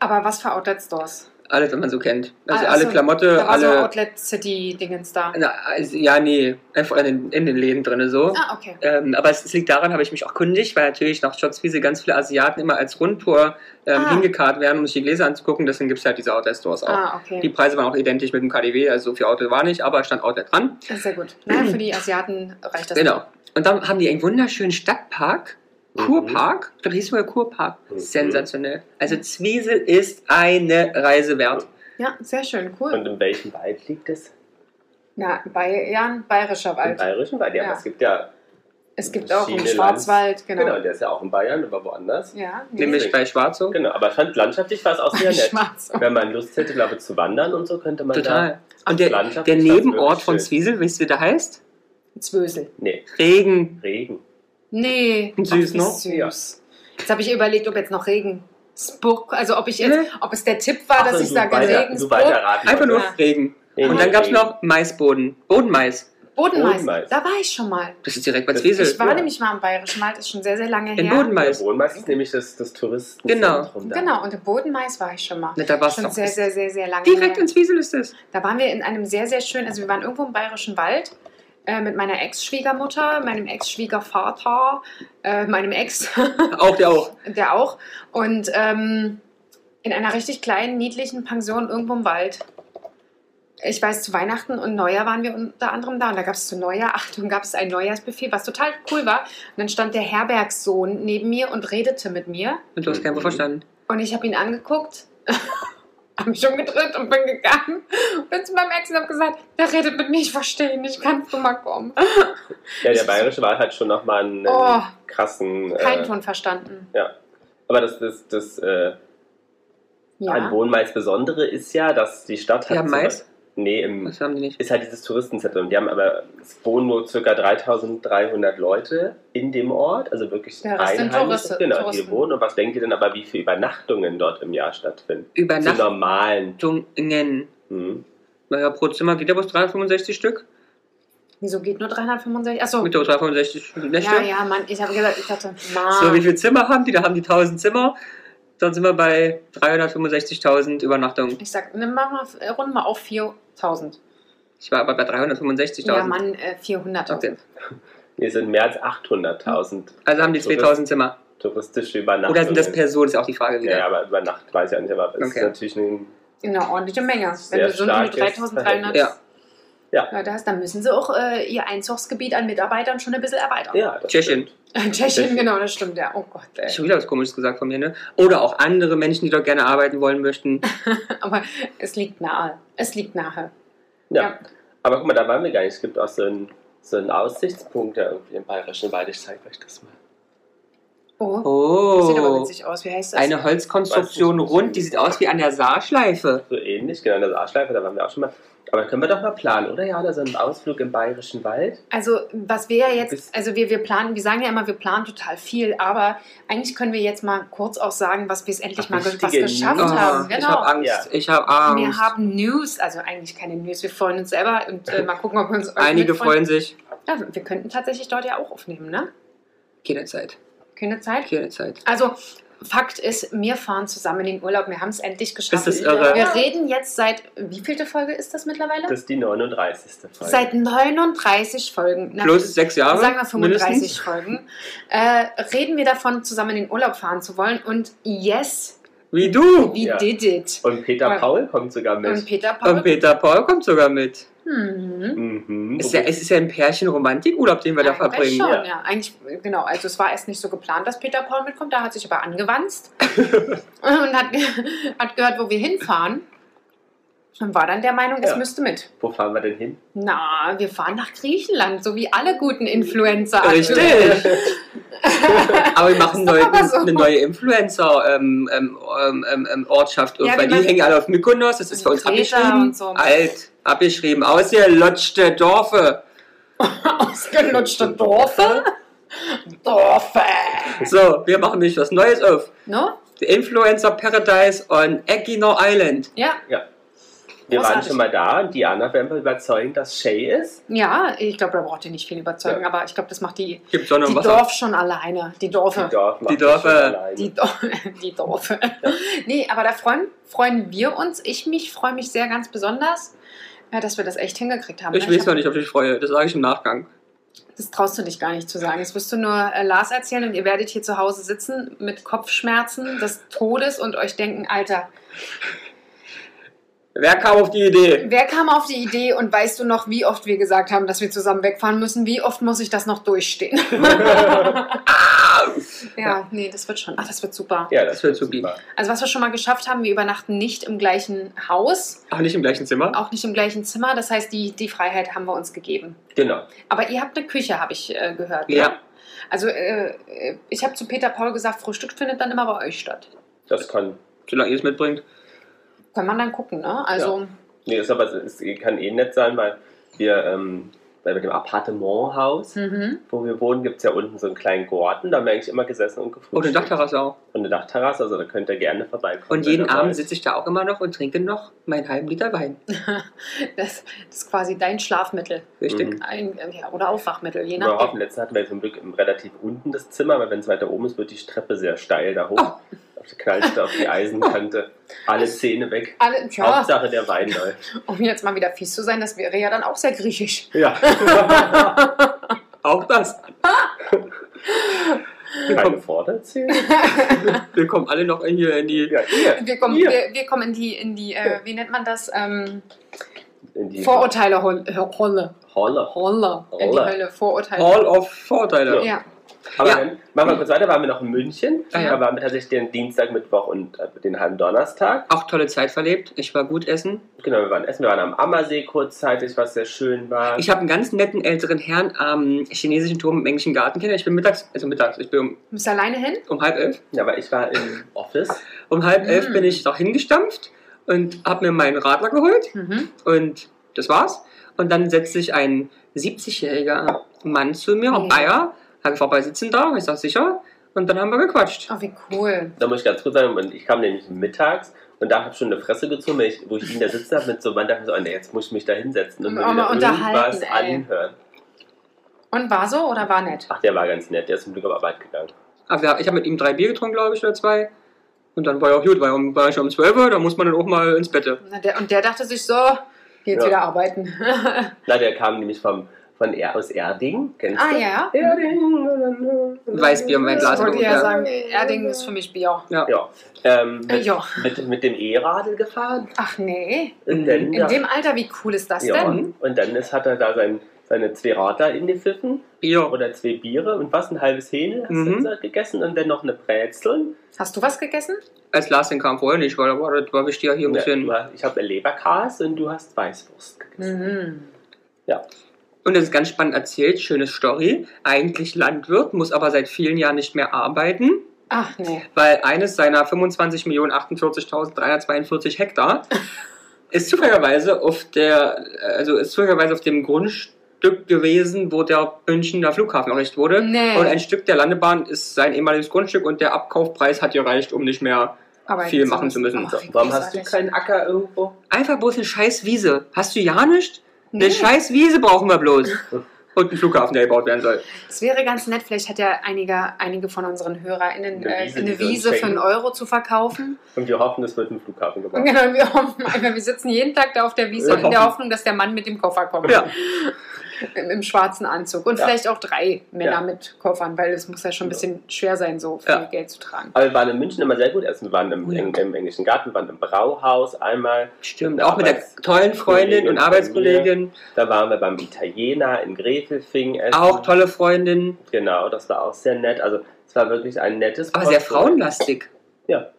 Speaker 2: Aber was für Outlet-Stores?
Speaker 3: Alles, was man so kennt. Also
Speaker 2: Ah, ach
Speaker 3: alle
Speaker 2: so.
Speaker 3: Klamotte,
Speaker 2: Da war so
Speaker 3: alle...
Speaker 2: Outlet-City-Dingens da.
Speaker 3: Na, also, ja, nee, einfach in den, in den Läden drin so.
Speaker 2: Ah, okay.
Speaker 3: Ähm, aber es, es liegt daran, habe ich mich auch kundig, weil natürlich nach Schotzwiese ganz viele Asiaten immer als Rundtour ähm,
Speaker 2: Ah.
Speaker 3: hingekarrt werden, um sich die Gläser anzugucken. Deswegen gibt es halt diese Outlet-Stores auch.
Speaker 2: Ah,
Speaker 3: Die
Speaker 2: okay.
Speaker 3: Preise waren auch identisch mit dem KDW, also so viel Outlet war nicht, aber stand Outlet dran.
Speaker 2: Das ist sehr gut. Na, für die Asiaten reicht das.
Speaker 3: genau. Und dann haben die einen wunderschönen Stadtpark, Kurpark, mhm. da hieß sogar Kurpark.
Speaker 1: Mhm.
Speaker 3: Sensationell. Also Zwiesel ist eine Reise wert.
Speaker 2: Ja, sehr schön,
Speaker 1: Und
Speaker 2: cool.
Speaker 1: in welchem Wald liegt es?
Speaker 2: Ja, Bayern, bayerischer
Speaker 1: Im
Speaker 2: Wald.
Speaker 1: bayerischen Wald. Ja,
Speaker 2: Ja.
Speaker 1: aber es gibt ja,
Speaker 2: Es gibt auch im
Speaker 1: Schiene,
Speaker 2: Schwarzwald,
Speaker 1: genau.
Speaker 2: genau.
Speaker 1: der ist ja auch in Bayern, aber woanders.
Speaker 2: Ja, nee.
Speaker 3: Genau. Nämlich bei Schwarzow.
Speaker 1: Genau, aber ich fand landschaftlich war es auch sehr nett.
Speaker 2: Schwarz.
Speaker 1: Wenn man Lust hätte, glaube ich, zu wandern und so, könnte man da...
Speaker 3: Total. Und der,
Speaker 1: Landschaft
Speaker 3: der
Speaker 1: ist das
Speaker 3: Nebenort
Speaker 1: wirklich
Speaker 3: von
Speaker 1: schön.
Speaker 3: Zwiesel, wisst ihr, wie der heißt?
Speaker 2: Zwösel.
Speaker 1: Nee,
Speaker 3: Regen.
Speaker 1: Regen.
Speaker 2: Nee.
Speaker 3: Und süß,
Speaker 2: Ach, wie
Speaker 3: ne?
Speaker 2: Süß. Jetzt habe ich überlegt, ob jetzt noch Regensburg, also ob ich jetzt, ob es der Tipp war,
Speaker 1: Ach,
Speaker 2: dass
Speaker 1: und
Speaker 2: ich
Speaker 1: du
Speaker 2: sage
Speaker 1: weiter- Du weiter
Speaker 2: Regensburg.
Speaker 1: raten ne?
Speaker 3: Einfach nur
Speaker 2: Ja.
Speaker 3: Regen.
Speaker 1: Nee,
Speaker 3: Und
Speaker 1: nee,
Speaker 3: dann gab es
Speaker 1: nee.
Speaker 3: noch Maisboden. Bodenmais.
Speaker 2: Bodenmeiß.
Speaker 1: Bodenmeiß.
Speaker 2: Da war ich schon mal.
Speaker 3: Das ist direkt bei
Speaker 1: Das-
Speaker 3: Zwiesel.
Speaker 2: Ich war
Speaker 1: Ja.
Speaker 2: nämlich mal im Bayerischen Wald, ist schon sehr, sehr lange
Speaker 3: In
Speaker 2: her.
Speaker 1: Der
Speaker 3: Bodenmais.
Speaker 1: Wohnmaß ist nämlich das, das Touristen.
Speaker 3: Genau.
Speaker 1: Da.
Speaker 2: Genau, und im Bodenmais war ich schon mal.
Speaker 3: Ne, Da war's
Speaker 2: Schon
Speaker 3: doch.
Speaker 2: sehr, sehr, sehr, sehr lange
Speaker 3: Direkt
Speaker 2: her.
Speaker 3: in Zwiesel ist es.
Speaker 2: Da waren wir in einem sehr, sehr schönen, also wir waren irgendwo im Bayerischen Wald äh, mit meiner Ex-Schwiegermutter, meinem Ex-Schwiegervater, äh, meinem Ex,
Speaker 3: Auch der auch.
Speaker 2: der auch, und ähm, in einer richtig kleinen, niedlichen Pension irgendwo im Wald. Ich weiß, zu Weihnachten und Neujahr waren wir unter anderem da. Und da gab es zu Neujahr, Achtung, gab es ein Neujahrsbuffet, was total cool war. Und dann stand der Herbergssohn neben mir und redete mit mir.
Speaker 3: Und du hast kein Wort
Speaker 1: Mhm.
Speaker 3: verstanden.
Speaker 2: Und ich habe ihn angeguckt, habe mich umgedreht und bin gegangen. Bin zu meinem Ex und habe gesagt, der redet mit mir, ich verstehe ihn nicht, kannst du mal kommen.
Speaker 3: Äh.
Speaker 1: Ja, der bayerische Wald hat schon nochmal einen äh,
Speaker 2: Oh.
Speaker 1: krassen.
Speaker 2: Keinen
Speaker 1: äh,
Speaker 2: Ton verstanden.
Speaker 1: Aber das, das, das äh, an
Speaker 2: Ja.
Speaker 1: Wohnmais Besondere ist ja, dass die Stadt
Speaker 3: Die
Speaker 1: hat.
Speaker 3: haben
Speaker 1: so-
Speaker 3: Mais?
Speaker 1: Nee, im,
Speaker 3: Was haben die nicht?
Speaker 1: ist halt dieses Touristenzentrum. Die haben aber, es wohnen nur ca. 3300 Leute in dem Ort, also wirklich
Speaker 2: Ja, das sind Touristen-
Speaker 1: genau, die
Speaker 2: Touristen.
Speaker 1: wohnen. Und was denkt ihr denn aber, wie viele Übernachtungen dort im Jahr stattfinden? Zu
Speaker 3: Übernachtungen.
Speaker 1: normalen. Mhm.
Speaker 3: Naja, pro Zimmer wieder bloß 365 Stück.
Speaker 2: Wieso geht nur 365? Achso.
Speaker 3: Mit der 365 Nächte.
Speaker 2: Ja, ja, Mann, ich habe gesagt, ich dachte, Mann.
Speaker 3: So, wie viele Zimmer haben die? Da haben die 1000 Zimmer. Dann sind wir bei 365.000 Übernachtungen.
Speaker 2: Ich sag, ne, mach mal, äh, rund mal auf 4000.
Speaker 3: Ich war aber bei 365.000.
Speaker 2: Ja, Mann, äh, 400.
Speaker 3: Okay.
Speaker 1: Hier sind mehr als 800.000
Speaker 3: Also haben die
Speaker 1: Tourist-
Speaker 3: 2000 Zimmer.
Speaker 1: touristische Übernachtungen.
Speaker 3: Oder sind das Personen, ist auch die Frage wieder.
Speaker 1: Ja, ja, aber über Nacht weiß ich auch nicht, aber es
Speaker 3: Okay.
Speaker 1: ist natürlich ein.
Speaker 2: Eine Genau, ordentliche Menge. Wenn
Speaker 1: Sehr
Speaker 2: du so eine
Speaker 1: starkes
Speaker 2: 3300
Speaker 3: Verhältnis.
Speaker 1: Ja.
Speaker 2: Leute hast, dann müssen sie auch äh, ihr Einzugsgebiet an Mitarbeitern schon ein bisschen erweitern.
Speaker 1: Ja, das
Speaker 3: Tschechien.
Speaker 2: Tschechien, genau, das stimmt, ja. Oh Gott,
Speaker 3: Ich
Speaker 2: ey.
Speaker 3: habe wieder was Komisches gesagt von mir, ne? Oder auch andere Menschen, die dort gerne arbeiten wollen möchten.
Speaker 2: Aber es liegt nahe. Es liegt nahe.
Speaker 1: Ja. Aber guck mal, da waren wir gar nicht. Es gibt auch so einen, so einen Aussichtspunkt da irgendwie im Bayerischen Wald. Ich zeige euch das mal.
Speaker 2: Oh, das sieht aber
Speaker 3: Oh,
Speaker 2: witzig aus. Wie heißt das?
Speaker 3: eine Holzkonstruktion
Speaker 1: Weiß nicht.
Speaker 3: rund, die sieht aus wie an der Saarschleife.
Speaker 1: So ähnlich, genau, in der Saarschleife, da waren wir auch schon mal. Aber können wir doch mal planen, oder? Ja, da so einen Ausflug im Bayerischen Wald.
Speaker 2: Also, was wir ja jetzt,
Speaker 1: Bis-
Speaker 2: also wir, wir planen, wir sagen ja immer, wir planen total viel, aber eigentlich können wir jetzt mal kurz auch sagen, was wir es endlich
Speaker 1: Ach, Ah.
Speaker 2: mal ge was
Speaker 1: richtige
Speaker 2: geschafft
Speaker 1: News.
Speaker 2: haben.
Speaker 3: Oh, Ich
Speaker 2: Genau.
Speaker 3: habe Angst.
Speaker 1: Ja.
Speaker 3: Ich habe
Speaker 2: wir
Speaker 3: Angst.
Speaker 2: haben News, also eigentlich keine News. Wir freuen uns selber und äh, mal gucken, ob wir uns
Speaker 3: Einige
Speaker 2: mit Freunden-
Speaker 3: freuen sich.
Speaker 2: Ja, wir könnten tatsächlich dort ja auch aufnehmen, ne?
Speaker 3: Keine Zeit.
Speaker 2: Keine Zeit.
Speaker 3: Keine Zeit.
Speaker 2: Also, Fakt ist, wir fahren zusammen in den Urlaub. Wir haben es endlich geschafft.
Speaker 3: Ist das irre?
Speaker 2: Wir reden jetzt seit, wie vielte Folge ist das mittlerweile?
Speaker 1: Das ist die 39. Folge.
Speaker 2: seit 39 Folgen. Na,
Speaker 3: Plus sechs Jahre.
Speaker 2: sagen wir 35
Speaker 3: mindestens.
Speaker 2: Folgen, äh, reden wir davon, zusammen in den Urlaub fahren zu wollen. Und yes,
Speaker 3: Wie du.
Speaker 2: we
Speaker 1: Ja.
Speaker 2: did it.
Speaker 1: Und Peter
Speaker 2: Ja.
Speaker 1: Paul kommt sogar
Speaker 2: Und
Speaker 1: mit.
Speaker 2: Peter Paul.
Speaker 3: Und Peter Paul kommt sogar mit.
Speaker 2: Mhm.
Speaker 1: Mhm.
Speaker 3: Ist ja, es ist ja ein Pärchen-Romantikurlaub, den wir da
Speaker 2: Eigentlich
Speaker 3: verbringen.
Speaker 2: Schon, ja.
Speaker 1: ja.
Speaker 2: eigentlich, genau. Also es war erst nicht so geplant, dass Peter Paul mitkommt. Da hat sich aber angewanzt und hat, hat gehört, wo wir hinfahren. Und war dann der Meinung, es
Speaker 1: Ja.
Speaker 2: müsste mit.
Speaker 1: Wo fahren wir denn hin?
Speaker 2: Na, wir fahren nach Griechenland, so wie alle guten Influencer.
Speaker 3: Richtig. aber wir machen
Speaker 2: Ist doch
Speaker 3: neu,
Speaker 2: aber so.
Speaker 3: eine neue Influencer-Ortschaft ähm, ähm, ähm, ähm, Ortschaft
Speaker 2: Ja,
Speaker 3: irgendwann.
Speaker 2: wie man-
Speaker 3: die hängen alle auf Mykonos, das ist für uns
Speaker 2: Kreta
Speaker 3: abgeschrieben.
Speaker 2: und so.
Speaker 3: Alt, abgeschrieben. Ausgelutschte Dorfe.
Speaker 2: Ausgelutschte Dorfe. Dorfe.
Speaker 3: So, wir machen nämlich was Neues auf.
Speaker 2: No?
Speaker 3: The Influencer Paradise on Equinor Island.
Speaker 2: Ja,
Speaker 1: Wir waren
Speaker 2: Großartig.
Speaker 1: schon mal da und Diana werden wir überzeugen, dass Shay ist.
Speaker 2: Ja, ich glaube, da braucht ihr nicht viel überzeugen,
Speaker 1: Ja.
Speaker 2: aber ich glaube, das macht die,
Speaker 3: Gibt Sonne
Speaker 2: die
Speaker 3: und Wasser.
Speaker 2: Dorf schon alleine. Die
Speaker 1: Die
Speaker 2: Dorfe.
Speaker 1: Dorf macht
Speaker 3: Die
Speaker 1: das
Speaker 3: Dörfer.
Speaker 1: schon alleine.
Speaker 2: Die, Dor die Dorfe. Nee, aber da freuen, freuen wir uns. Ich mich freue mich sehr ganz besonders, ja, dass wir das echt hingekriegt haben.
Speaker 3: Ich
Speaker 2: ne?
Speaker 3: weiß noch nicht, ob ich mich freue. Das sage ich im Nachgang.
Speaker 2: Das traust du dich gar nicht zu sagen. Das wirst du nur äh, Lars erzählen und ihr werdet hier zu Hause sitzen mit Kopfschmerzen des Todes und euch denken, Alter,
Speaker 3: Wer kam auf die Idee?
Speaker 2: wer kam auf die Idee und weißt du noch, wie oft wir gesagt haben, dass wir zusammen wegfahren müssen? Wie oft muss ich das noch durchstehen? ja, nee, das wird schon. Ach, das wird super.
Speaker 1: Ja,
Speaker 3: Das
Speaker 1: das
Speaker 3: wird
Speaker 1: wird
Speaker 3: super.
Speaker 1: super.
Speaker 2: Also was wir schon mal geschafft haben, wir übernachten nicht im gleichen Haus,
Speaker 3: Auch nicht im gleichen Zimmer?
Speaker 2: auch nicht im gleichen Zimmer. Das heißt, die, die Freiheit haben wir uns gegeben.
Speaker 1: Genau.
Speaker 2: Aber ihr habt eine Küche, habe ich äh, gehört. ne?
Speaker 3: Ja.
Speaker 2: Also äh, ich habe zu Peter Paul gesagt, Frühstück findet dann immer bei euch statt.
Speaker 1: Das kann.
Speaker 3: Solange ihr es mitbringt.
Speaker 2: Kann man dann gucken, ne? Also
Speaker 1: Nee, ist aber es kann eh nett sein, weil wir, ähm, weil mit dem Appartementhaus,
Speaker 2: mhm.
Speaker 1: wo wir wohnen, gibt es ja unten so einen kleinen Garten. Da haben wir eigentlich immer gesessen und gefrühstückt.
Speaker 3: Und eine Dachterrasse auch.
Speaker 1: Und eine Dachterrasse, also da könnt ihr gerne vorbeikommen.
Speaker 3: Und jeden
Speaker 1: wenn ihr
Speaker 3: Abend
Speaker 1: wollt.
Speaker 3: sitze ich da auch immer noch und trinke noch meinen halben Liter Wein.
Speaker 2: das, das ist quasi dein Schlafmittel
Speaker 3: Richtig.
Speaker 1: Mhm.
Speaker 2: ein, äh, ja, oder Aufwachmittel, je
Speaker 1: Wir
Speaker 2: nachdem.
Speaker 1: hoffen, letzten hatten wir zum Glück im relativ unten das Zimmer, aber wenn es weiter oben ist, wird die Treppe sehr steil da hoch.
Speaker 3: Oh.
Speaker 1: Auf die Knallste, auf die Eisenkante, alle Zähne weg.
Speaker 2: Alle, tja,
Speaker 1: Hauptsache der Wein läuft.
Speaker 2: um jetzt mal wieder fies zu sein, das wäre ja dann auch sehr griechisch.
Speaker 1: Ja,
Speaker 3: Auch das. Wir
Speaker 1: keine
Speaker 3: kommen,
Speaker 1: Vorderzähne.
Speaker 3: wir kommen alle noch in, hier in die.
Speaker 1: Ja, hier.
Speaker 2: Wir kommen,
Speaker 1: Hier.
Speaker 2: wir, wir kommen in die, in die äh, wie nennt man das? Ähm,
Speaker 1: In die
Speaker 2: Vorurteile-Holle.
Speaker 1: Holle.
Speaker 2: Holle. In die
Speaker 1: Holle.
Speaker 2: Hölle. Vorurteile.
Speaker 3: Hall of Vorteile.
Speaker 2: Ja.
Speaker 1: Aber
Speaker 3: Ja.
Speaker 1: dann machen wir kurz weiter, waren wir noch in München.
Speaker 3: Ah, ja.
Speaker 1: Da waren wir tatsächlich den Dienstag, Mittwoch und äh, den halben Donnerstag.
Speaker 3: Auch tolle Zeit verlebt. Ich war gut essen.
Speaker 1: Genau, wir waren essen, wir waren am Ammersee kurzzeitig, was sehr schön war.
Speaker 3: Ich habe einen ganz netten älteren Herrn am chinesischen Turm im englischen Garten kennengelernt. Ich bin mittags, also mittags, ich bin um,
Speaker 2: Du bist alleine hin?
Speaker 3: um halb elf.
Speaker 1: ja, aber ich war im Office.
Speaker 3: Um halb elf
Speaker 2: Mhm.
Speaker 3: bin ich noch hingestampft und habe mir meinen Radler geholt.
Speaker 2: Mhm.
Speaker 3: Und das war's. Und dann setzt sich ein 70-jähriger Mann zu mir auf
Speaker 2: Ja.
Speaker 3: Eier. Hat gefragt, wir sitzen da. Ich sag, sicher. Und dann haben wir gequatscht.
Speaker 2: Oh, wie cool.
Speaker 1: Da muss ich ganz kurz sagen, und ich kam nämlich mittags und da habe ich schon eine Fresse gezogen, wenn ich, wo ich ihn da sitzen habe mit so, man dachte mir so, oh, nee, jetzt muss ich mich da hinsetzen und mir
Speaker 2: Aber
Speaker 1: wieder
Speaker 2: unterhalten,
Speaker 1: irgendwas
Speaker 2: ey.
Speaker 1: anhören.
Speaker 2: Und war so oder war nett?
Speaker 1: Ach, der war ganz nett, der ist zum Glück auf Arbeit gegangen.
Speaker 3: Aber wir- ich habe mit ihm drei Bier getrunken, glaube ich, oder zwei. Und dann war ja auch gut, weil um, war ich um 12 Uhr, da muss man dann auch mal ins Bett.
Speaker 2: Na, der, und der dachte sich so, Geht's
Speaker 1: Ja.
Speaker 2: wieder arbeiten.
Speaker 1: Na, der kam nämlich vom, von er, aus Erding. Kennst
Speaker 2: ah
Speaker 1: du?
Speaker 2: ja.
Speaker 1: Erding.
Speaker 3: Weißbier und mein Glas
Speaker 2: Ich wollte ja
Speaker 3: runter.
Speaker 2: sagen, Erding ist für mich Bier.
Speaker 1: Ja. Ähm, mit,
Speaker 2: Äh, Ja.
Speaker 1: Mit, mit dem E-Radl gefahren.
Speaker 2: Ach nee.
Speaker 1: Und dann,
Speaker 3: In
Speaker 2: Mhm. In
Speaker 1: ja,
Speaker 2: dem Alter, wie cool ist das
Speaker 1: ja,
Speaker 2: denn?
Speaker 1: und dann ist, hat er da sein, seine zwei Radler ingepfiffen
Speaker 3: Bier.
Speaker 1: oder zwei Biere und was, ein halbes Hähnchen hast
Speaker 3: Mhm.
Speaker 1: du gesagt, gegessen und dann noch eine Brezel.
Speaker 2: Hast du was gegessen?
Speaker 3: Als Lars den kam vorher nicht, weil da war, das war ich ja hier ein
Speaker 1: Ja,
Speaker 3: bisschen.
Speaker 1: du hast- ich habe Leberkas und du hast Weißwurst gegessen.
Speaker 2: Mhm.
Speaker 3: Und das ist ganz spannend erzählt, schöne Story. Eigentlich Landwirt, muss aber seit vielen Jahren nicht mehr arbeiten,
Speaker 2: Ach nee.
Speaker 3: weil eines seiner 25.048.342 Hektar ist zufälligerweise auf der, also ist zufälligerweise auf dem Grundstück gewesen, wo der Münchner Flughafen errichtet wurde.
Speaker 2: Nee.
Speaker 3: Und ein Stück der Landebahn ist sein ehemaliges Grundstück und der Abkaufpreis hat gereicht, um nicht mehr.
Speaker 2: Arbeiten
Speaker 3: viel machen zu müssen.
Speaker 2: Ach, Oh, wie
Speaker 1: Warum hast du
Speaker 2: großartig.
Speaker 1: keinen Acker irgendwo?
Speaker 3: Einfach bloß eine scheiß Wiese. Hast du ja nicht? Eine
Speaker 2: Nee.
Speaker 3: scheiß Wiese brauchen wir bloß. Und einen Flughafen, der gebaut werden soll.
Speaker 2: Es wäre ganz nett, vielleicht hat ja einige, einige von unseren
Speaker 1: Eine
Speaker 2: HörerInnen äh,
Speaker 1: Wiese, die
Speaker 2: eine
Speaker 1: sie uns
Speaker 2: Wiese für einen
Speaker 1: schenken.
Speaker 2: Euro zu verkaufen.
Speaker 1: Und wir hoffen, das wird ein Flughafen
Speaker 2: Und
Speaker 1: gebaut.
Speaker 2: genau, wir hoffen einfach, wir sitzen jeden Tag da auf der Wiese
Speaker 3: Wir
Speaker 2: in der
Speaker 3: hoffen.
Speaker 2: Hoffnung, dass der Mann mit dem Koffer kommt.
Speaker 3: Ja.
Speaker 2: Im, Im schwarzen Anzug. Und
Speaker 1: Ja.
Speaker 2: vielleicht auch drei Männer
Speaker 1: Ja.
Speaker 2: mit Koffern, weil es muss ja schon ein bisschen schwer sein, so viel
Speaker 3: Ja.
Speaker 2: Geld zu tragen.
Speaker 1: Aber wir waren in München immer sehr gut essen. Wir waren im,
Speaker 3: Oh ja.
Speaker 1: im, im englischen Garten, wir waren im Brauhaus einmal.
Speaker 3: Stimmt,
Speaker 1: Eine
Speaker 3: auch mit der
Speaker 1: Arbeits-
Speaker 3: tollen Freundin und
Speaker 1: Kollegin,
Speaker 3: Arbeitskollegin.
Speaker 1: Da waren wir beim Italiener in Grefelfing essen.
Speaker 3: Auch tolle Freundin,
Speaker 1: Genau, das war auch sehr nett. Also es war wirklich ein nettes
Speaker 3: aber sehr
Speaker 1: Portfolio.
Speaker 3: frauenlastig.
Speaker 1: Ja.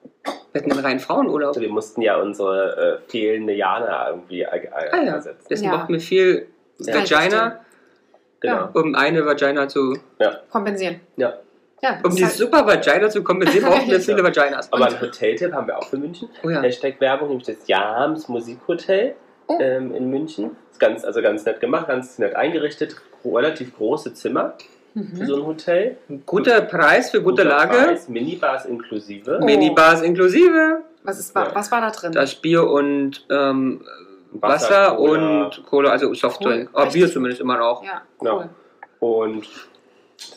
Speaker 3: Wir hatten einen reinen Frauenurlaub.
Speaker 1: Also wir mussten ja unsere äh, fehlende Jana irgendwie er- er-
Speaker 3: Ah ja.
Speaker 1: ersetzen.
Speaker 3: Deswegen
Speaker 2: Ja.
Speaker 3: brauchten wir viel
Speaker 1: Ja.
Speaker 3: Vagina,
Speaker 1: Genau.
Speaker 3: um eine Vagina zu.
Speaker 2: Kompensieren.
Speaker 1: Ja.
Speaker 2: Ja,
Speaker 3: Um
Speaker 2: ist
Speaker 3: die
Speaker 2: halt-
Speaker 3: super Vagina zu kompensieren, brauchten wir
Speaker 1: Ja.
Speaker 3: viele Vaginas.
Speaker 1: Aber einen Hoteltipp haben wir auch für München.
Speaker 3: oh ja.
Speaker 1: Hashtag Werbung, nämlich das Jams Musikhotel
Speaker 2: Oh.
Speaker 1: ähm, in München. Ist ganz, also ganz nett gemacht, ganz nett eingerichtet. Gro- Relativ große Zimmer für
Speaker 2: Mhm.
Speaker 1: so ein Hotel.
Speaker 3: Guter Preis für gute
Speaker 1: Guter
Speaker 3: Lage.
Speaker 1: Preis, Minibars inklusive.
Speaker 2: Oh.
Speaker 3: Minibars inklusive.
Speaker 2: Was, ist, wa-
Speaker 1: Ja.
Speaker 2: was war da drin?
Speaker 3: Das Bier und ähm, Wasser
Speaker 1: Wasser, Cola.
Speaker 3: und Cola, also Softdrink.
Speaker 2: Cool.
Speaker 3: Aber Bier zumindest immer noch.
Speaker 2: ja,
Speaker 1: Ja.
Speaker 2: cool.
Speaker 1: Und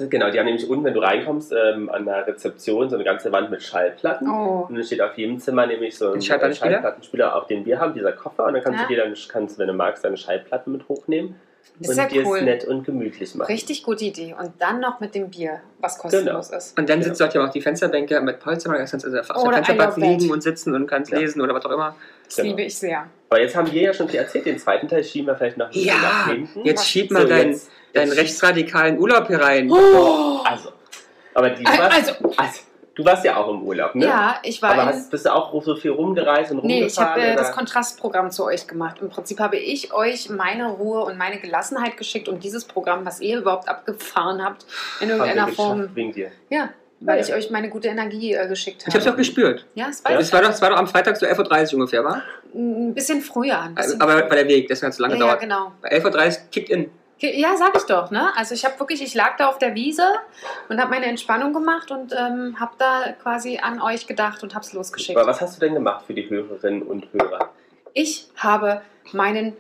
Speaker 1: genau, die haben nämlich unten, wenn du reinkommst, ähm, an der Rezeption so eine ganze Wand mit Schallplatten.
Speaker 2: Oh.
Speaker 1: Und dann steht auf jedem Zimmer nämlich so ein
Speaker 3: Ein Schallplattenspieler?
Speaker 1: Schallplattenspieler, auf den wir haben, dieser Koffer. Und dann kannst
Speaker 2: Ah.
Speaker 1: du dir dann, kannst, du, wenn du magst, deine Schallplatten mit hochnehmen
Speaker 2: Das ist ja
Speaker 1: und dir es
Speaker 2: cool.
Speaker 1: nett und gemütlich machen.
Speaker 2: Richtig gute Idee. Und dann noch mit dem Bier, was
Speaker 1: Genau.
Speaker 2: kostenlos ist.
Speaker 3: Und dann sitzt dort ja auch die Fensterbänke mit Polster, da kannst du also auf
Speaker 2: Oder
Speaker 3: der Fensterbank
Speaker 2: Eierwelt.
Speaker 3: liegen und sitzen und kannst
Speaker 1: Ja.
Speaker 3: lesen oder was auch immer.
Speaker 2: Das
Speaker 1: Genau.
Speaker 2: liebe ich sehr.
Speaker 1: Aber jetzt haben wir ja schon viel erzählt. Den zweiten Teil schieben wir vielleicht noch ein bisschen
Speaker 3: Ja,
Speaker 1: nach hinten.
Speaker 3: Jetzt
Speaker 2: Was-
Speaker 3: schieb mal
Speaker 1: So,
Speaker 3: deinen,
Speaker 1: jetzt-
Speaker 3: deinen
Speaker 1: jetzt-
Speaker 3: rechtsradikalen Urlaub hier rein.
Speaker 2: Oh.
Speaker 1: Also, aber die
Speaker 2: Al-
Speaker 1: warst,
Speaker 2: also-
Speaker 1: also, du warst ja auch im Urlaub, ne?
Speaker 2: Ja, ich war
Speaker 1: Aber
Speaker 2: in-
Speaker 1: hast, bist du auch so viel rumgereist und
Speaker 2: Nee, ich
Speaker 1: rumgefahren?
Speaker 2: habe äh,
Speaker 1: oder?
Speaker 2: das Kontrastprogramm zu euch gemacht. Im Prinzip habe ich euch meine Ruhe und meine Gelassenheit geschickt und dieses Programm, was ihr überhaupt abgefahren habt,
Speaker 1: Haben wir
Speaker 2: in irgendeiner
Speaker 1: geschafft
Speaker 2: Form.
Speaker 1: Wegen dir.
Speaker 2: Ja, weil
Speaker 1: Ja.
Speaker 2: ich euch meine gute Energie äh, geschickt
Speaker 3: Ich
Speaker 2: habe.
Speaker 3: hab's auch gespürt.
Speaker 2: ja, es war
Speaker 1: Ja.
Speaker 3: Es war doch, es war doch am Freitag so 11.30 Uhr ungefähr, war?
Speaker 2: ein bisschen früher. Ein bisschen
Speaker 3: Aber
Speaker 2: früher.
Speaker 3: bei der Weg, deswegen hat es so lange
Speaker 2: ja, ja,
Speaker 3: gedauert.
Speaker 2: genau.
Speaker 3: Bei 11.30 Uhr kickt in.
Speaker 2: Ge- Ja, sag ich doch, ne? Also ich habe wirklich, ich lag da auf der Wiese und habe meine Entspannung gemacht und ähm, habe da quasi an euch gedacht und habe es losgeschickt.
Speaker 1: Aber was hast du denn gemacht für die Hörerinnen und Hörer?
Speaker 2: Ich habe meinen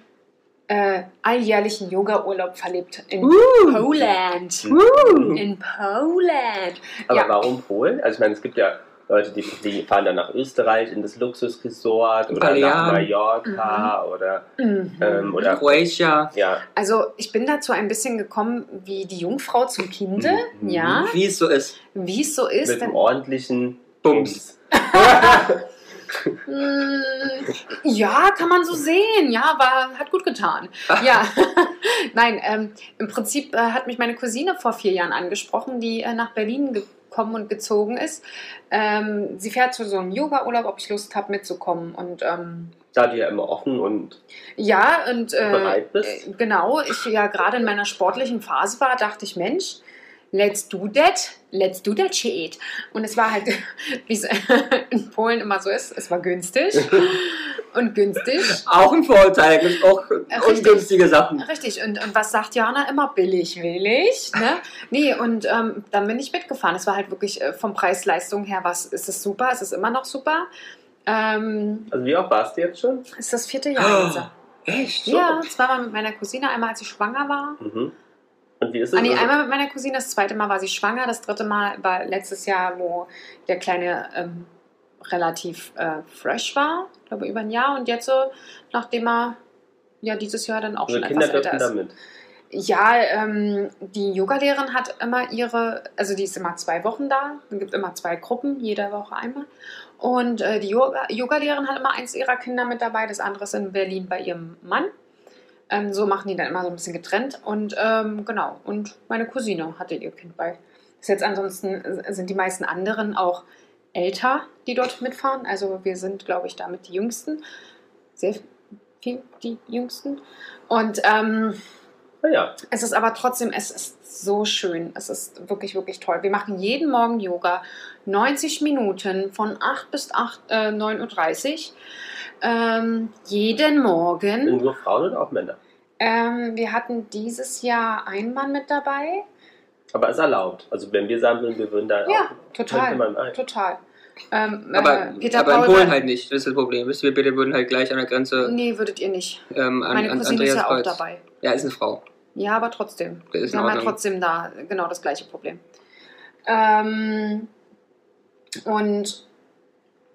Speaker 2: äh, alljährlichen Yoga-Urlaub verlebt in
Speaker 3: Uh.
Speaker 2: Poland.
Speaker 3: Uh.
Speaker 2: In Poland.
Speaker 1: Aber
Speaker 2: Ja.
Speaker 1: warum Polen? Also ich meine, es gibt ja Leute, die, die fahren dann nach Österreich in das Luxusresort oder nach
Speaker 3: Balearen.
Speaker 1: Mallorca oder,
Speaker 2: Mhm.
Speaker 1: ähm, oder
Speaker 3: Croatia,
Speaker 1: ja,
Speaker 2: Also ich bin dazu ein bisschen gekommen wie die Jungfrau zum Kinde,
Speaker 1: Mhm.
Speaker 2: ja,
Speaker 3: wie es so ist.
Speaker 2: wie es so
Speaker 1: mit
Speaker 2: ist.
Speaker 1: einem
Speaker 2: Wenn,
Speaker 1: ordentlichen
Speaker 3: Bums.
Speaker 2: Mm, ja, kann man so sehen, ja, war, hat gut getan. Ja, nein, ähm, im Prinzip äh, hat mich meine Cousine vor vier Jahren angesprochen, die äh, nach Berlin gekommen und gezogen ist. Ähm, sie fährt zu so einem Yoga-Urlaub, ob ich Lust habe mitzukommen und ähm,
Speaker 1: Da du ja immer offen und
Speaker 2: Ja, und äh,
Speaker 1: Bereit bist?
Speaker 2: äh, genau, ich ja gerade in meiner sportlichen Phase war, dachte ich, Mensch, let's do that, let's do that shit. Und es war halt, wie es in Polen immer so ist, es war günstig und günstig.
Speaker 3: Auch ein Vorurteil, gibt's auch
Speaker 2: richtig.
Speaker 3: ungünstige Sachen.
Speaker 2: Richtig, und, und was sagt Johanna immer? Billig, billig. Ne? Nee, und ähm, dann bin ich mitgefahren. Es war halt wirklich äh, vom Preis-Leistung her, was ist es super, es ist immer noch super. Ähm,
Speaker 1: also wie oft warst du jetzt schon?
Speaker 2: ist das vierte
Speaker 1: Oh,
Speaker 2: Jahr. jetzt.
Speaker 3: Echt?
Speaker 2: Ja, zweimal mit meiner Cousine, einmal als sie schwanger war.
Speaker 1: Mhm. Und wie ist es?
Speaker 2: Ah, nee,
Speaker 1: Also-
Speaker 2: einmal mit meiner Cousine, das zweite Mal war sie schwanger, das dritte Mal war letztes Jahr, wo der Kleine ähm, relativ äh, fresh war, ich glaube über ein Jahr und jetzt so, nachdem er ja dieses Jahr dann auch
Speaker 1: Also
Speaker 2: schon
Speaker 1: Kinder
Speaker 2: etwas älter
Speaker 1: dürfen
Speaker 2: ist.
Speaker 1: damit.
Speaker 2: Ja, ähm, die Yogalehrerin hat immer ihre, also die ist immer zwei Wochen da, es gibt immer zwei Gruppen, jede Woche einmal. Und äh, die Yoga- Yogalehrerin hat immer eins ihrer Kinder mit dabei, das andere ist in Berlin bei ihrem Mann. Ähm, so machen die dann immer so ein bisschen getrennt. Und ähm, genau, und meine Cousine hatte ihr Kind bei. Ist jetzt ansonsten äh, sind die meisten anderen auch älter, die dort mitfahren. Also wir sind, glaube ich, damit die Jüngsten. Sehr viel die Jüngsten. Und ähm,
Speaker 1: Naja,
Speaker 2: es ist aber trotzdem, es ist so schön. Es ist wirklich, wirklich toll. Wir machen jeden Morgen Yoga. 90 Minuten von 8 bis 8, äh, 9.30 Uhr. Ähm, jeden
Speaker 3: Oh.
Speaker 2: Morgen.
Speaker 1: nur Frauen und auch Männer.
Speaker 2: Ähm, wir hatten dieses Jahr einen Mann mit dabei.
Speaker 1: Aber ist erlaubt. Also wenn wir sagen würden, wir würden da
Speaker 2: Ja,
Speaker 1: auch könnte
Speaker 2: total.
Speaker 1: man ein.
Speaker 2: Total. Ähm,
Speaker 3: Aber,
Speaker 2: äh, Peter
Speaker 3: aber in
Speaker 2: Paul
Speaker 3: Polen halt nicht, das ist das Problem. Wisst ihr, wir Peter würden halt gleich an der Grenze
Speaker 2: Nee, würdet ihr nicht.
Speaker 3: ähm, an,
Speaker 2: Meine
Speaker 3: an
Speaker 2: Cousine
Speaker 3: Andreas
Speaker 2: ist ja auch
Speaker 3: Kreuz.
Speaker 2: dabei.
Speaker 3: Ja, ist eine Frau.
Speaker 2: Ja, aber trotzdem.
Speaker 3: Das ist
Speaker 2: wir
Speaker 3: in
Speaker 2: haben ja
Speaker 3: Ordnung.
Speaker 2: trotzdem da genau das gleiche Problem. Ähm, und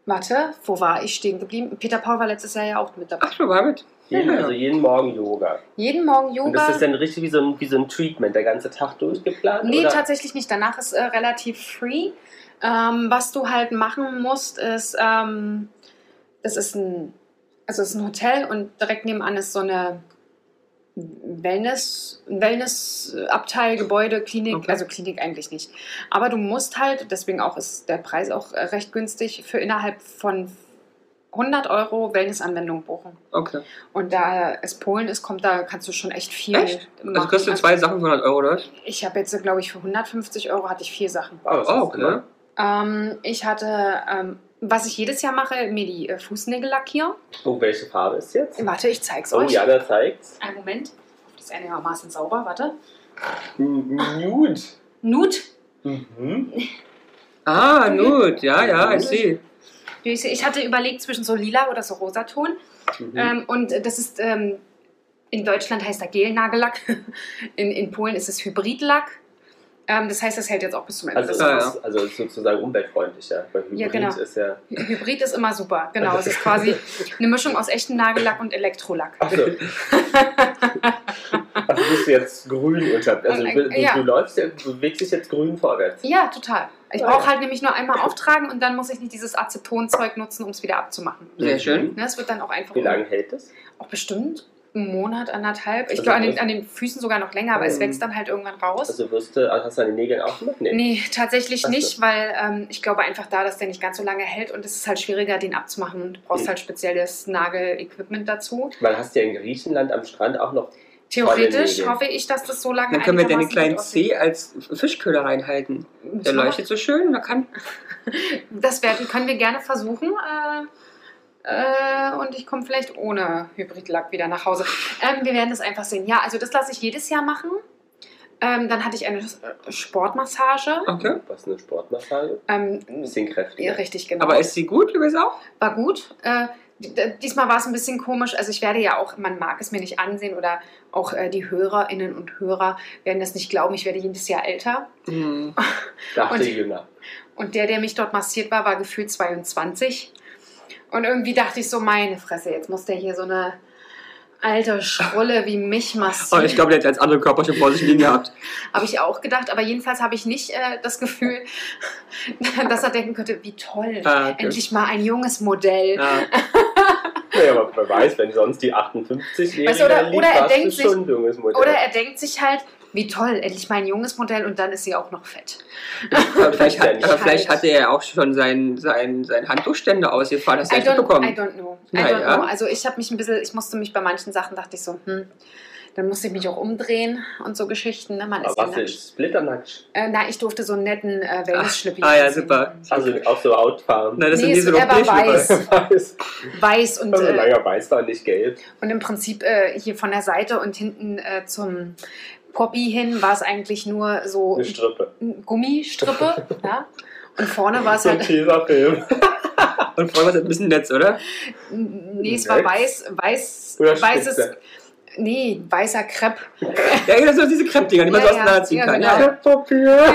Speaker 2: warte, wo war ich stehen geblieben? Peter Paul war letztes Jahr ja auch mit dabei.
Speaker 3: Ach, du war mit.
Speaker 1: Jeden,
Speaker 3: Ja.
Speaker 1: Also jeden Morgen Yoga.
Speaker 2: Jeden Morgen
Speaker 1: Und das
Speaker 2: Yoga.
Speaker 1: ist dann richtig wie so ein, wie so ein Treatment, der ganze Tag durchgeplant?
Speaker 2: Nee,
Speaker 1: oder?
Speaker 2: tatsächlich nicht. Danach ist äh, relativ free. Ähm, was du halt machen musst, ist, ähm, das ist ein, also es ist ein Hotel und direkt nebenan ist so eine Wellness, ein Wellnessabteil, Gebäude, Klinik,
Speaker 3: Okay.
Speaker 2: also Klinik eigentlich nicht. Aber du musst halt, deswegen auch ist der Preis auch äh, recht günstig, für innerhalb von 100 Euro Wellnessanwendung buchen.
Speaker 3: Okay.
Speaker 2: Und da es Polen ist, kommt da kannst du schon echt viel.
Speaker 3: Echt? Also
Speaker 2: machen.
Speaker 3: kriegst du zwei Sachen für 100 Euro, oder? was?
Speaker 2: Ich habe jetzt, glaube ich, für 150 Euro hatte ich vier Sachen.
Speaker 1: Aber Ah, was hast
Speaker 3: Oh,
Speaker 1: du
Speaker 3: ne?
Speaker 1: gemacht?
Speaker 2: Ähm, ich hatte, ähm, was ich jedes Jahr mache, mir die äh, Fußnägel lackieren.
Speaker 1: Oh, welche Farbe ist jetzt?
Speaker 2: Warte, ich zeig's
Speaker 1: Oh,
Speaker 2: euch.
Speaker 1: Jana zeigt's.
Speaker 2: Einen Moment. Das ist einigermaßen sauber, warte.
Speaker 1: Nude.
Speaker 2: Nude.
Speaker 1: Mhm.
Speaker 3: Ah, Nut, ja, ja, ich sehe.
Speaker 2: Ich hatte überlegt zwischen so lila oder so rosaton.
Speaker 1: Mhm.
Speaker 2: Ähm, und äh, das ist, ähm, in Deutschland heißt er Gelnagellack. In, in Polen ist es Hybridlack. Ähm, das heißt, das hält jetzt auch bis zum Ende.
Speaker 1: also,
Speaker 2: des
Speaker 1: es
Speaker 3: ja,
Speaker 2: Jahres.
Speaker 1: ist, also es ist sozusagen umweltfreundlicher. Weil Hybrid
Speaker 2: Ja, genau.
Speaker 1: ist ja.
Speaker 2: Hybrid ist immer super, genau. Es ist quasi eine Mischung aus echtem Nagellack und Elektrolack.
Speaker 1: Achso. also bist du jetzt grün unterwegs. Also du, du,
Speaker 2: Ja.
Speaker 1: du läufst, ja- du bewegst dich jetzt grün vorwärts.
Speaker 2: Ja, total. Ich brauche halt nämlich nur einmal auftragen und dann muss ich nicht dieses Acetonzeug nutzen, um es wieder abzumachen.
Speaker 3: Sehr schön.
Speaker 2: Ne, es wird dann auch einfach.
Speaker 1: Mhm. Wie lange hält das?
Speaker 2: Auch bestimmt einen Monat, anderthalb. Ich
Speaker 1: Also
Speaker 2: glaube, an den,
Speaker 1: das-
Speaker 2: an den Füßen sogar noch länger, aber es
Speaker 1: Ähm,
Speaker 2: wächst dann halt irgendwann raus.
Speaker 1: Also wirst du, hast du deine Nägel auch gemacht?
Speaker 2: Nee, tatsächlich
Speaker 1: Ach so.
Speaker 2: nicht, weil ähm, ich glaube einfach da, dass der nicht ganz so lange hält und es ist halt schwieriger, den abzumachen. Und Du brauchst
Speaker 1: Mhm.
Speaker 2: halt spezielles Nagel-Equipment dazu.
Speaker 1: Man hast ja in Griechenland am Strand auch noch.
Speaker 2: Theoretisch
Speaker 1: Nägel.
Speaker 2: hoffe ich, dass das so lange
Speaker 3: Dann können wir deine
Speaker 2: einigermaßen
Speaker 3: kleinen
Speaker 2: gut aussieht.
Speaker 3: C als Fischköder reinhalten.
Speaker 2: Müssen
Speaker 3: Der
Speaker 2: wir
Speaker 3: leuchtet so schön, da kann.
Speaker 2: Das werden, können wir gerne versuchen. Äh, äh, und ich komme vielleicht ohne Hybridlack wieder nach Hause. Ähm, wir werden das einfach sehen. Ja, also das lasse ich jedes Jahr machen. Ähm, dann hatte ich eine äh, Sportmassage.
Speaker 3: Okay.
Speaker 1: Was ist eine Sportmassage?
Speaker 2: Ähm,
Speaker 1: Ein bisschen
Speaker 2: ja,
Speaker 1: kräftiger.
Speaker 2: richtig, genau.
Speaker 3: Aber ist sie gut, du bist auch?
Speaker 2: war gut. Äh, d- d- diesmal war es ein bisschen komisch. Also ich werde ja auch, man mag es mir nicht ansehen oder auch äh, die Hörerinnen und Hörer werden das nicht glauben. Ich werde jedes Jahr älter.
Speaker 3: Hm.
Speaker 1: Dachte
Speaker 2: Und-
Speaker 1: Jünger.
Speaker 2: Und der, der mich dort massiert war, war gefühlt 22. Und irgendwie dachte ich so, meine Fresse, jetzt muss der hier so eine alte Schrulle wie mich
Speaker 3: Oh,
Speaker 2: massieren.
Speaker 3: ich glaube, der hat als andere Körperchen vor sich liegen gehabt.
Speaker 2: Habe ich auch gedacht, aber jedenfalls habe ich nicht äh, das Gefühl, dass er denken könnte, wie toll,
Speaker 3: Ah, okay. Ah,
Speaker 2: endlich mal ein junges Modell.
Speaker 3: Ja.
Speaker 1: Naja, aber wer weiß, wenn sonst die 58
Speaker 2: Weißt du, oder-
Speaker 1: Jährige
Speaker 2: oder er
Speaker 1: warst du
Speaker 2: denkt sich-
Speaker 1: schon ein junges Modell.
Speaker 2: Oder er denkt sich halt, wie toll, endlich mal ein junges Modell und dann ist sie auch noch fett.
Speaker 3: Aber vielleicht, hat, aber
Speaker 2: Halt.
Speaker 3: vielleicht hatte er ja auch schon seinen sein, sein Handtuchständer ausgefahren, hast du
Speaker 2: I
Speaker 3: nicht
Speaker 2: don't, I
Speaker 3: mitbekommen.
Speaker 2: don't know. I
Speaker 3: Na
Speaker 2: don't
Speaker 3: ja.
Speaker 2: know. Also ich habe mich ein bisschen, ich musste mich bei manchen Sachen, dachte ich so, hm, dann musste ich mich auch umdrehen und so Geschichten. Ne? Man
Speaker 1: aber
Speaker 2: ist
Speaker 1: was
Speaker 2: ja
Speaker 1: ist
Speaker 2: nackt.
Speaker 1: splitternackt?
Speaker 2: Äh, na, ich durfte so einen netten äh, Wellness-Schlippi.
Speaker 3: Ah, ja,
Speaker 2: anziehen.
Speaker 3: super.
Speaker 1: Also auch so Outfahren.
Speaker 3: Na, das
Speaker 2: Nee,
Speaker 3: sind diese
Speaker 2: es- er war
Speaker 3: europäischen
Speaker 2: weiß.
Speaker 1: Weiß.
Speaker 2: Weiß
Speaker 3: Oh,
Speaker 2: und,
Speaker 1: Also
Speaker 2: äh,
Speaker 1: naja, weiß war nicht gelb.
Speaker 2: und im Prinzip äh, hier von der Seite und hinten äh, zum Poppy hin war es eigentlich nur so
Speaker 1: Eine Strippe.
Speaker 2: Gummistrippe. ja? Und vorne war es
Speaker 1: So ein
Speaker 2: halt,
Speaker 1: Tesafilm.
Speaker 3: Und vorher war es ein bisschen Netz, oder?
Speaker 2: nee, es war
Speaker 1: Netz?
Speaker 2: weiß, weiß,
Speaker 1: Oder
Speaker 2: weißes
Speaker 1: Spitze.
Speaker 2: nee, weißer Crepe.
Speaker 3: Ja, das sind diese Kreppdinger, die man
Speaker 2: Ja,
Speaker 3: so
Speaker 2: ja.
Speaker 3: auseinanderziehen
Speaker 2: Ja,
Speaker 3: kann.
Speaker 2: genau.
Speaker 3: Ja, Papier.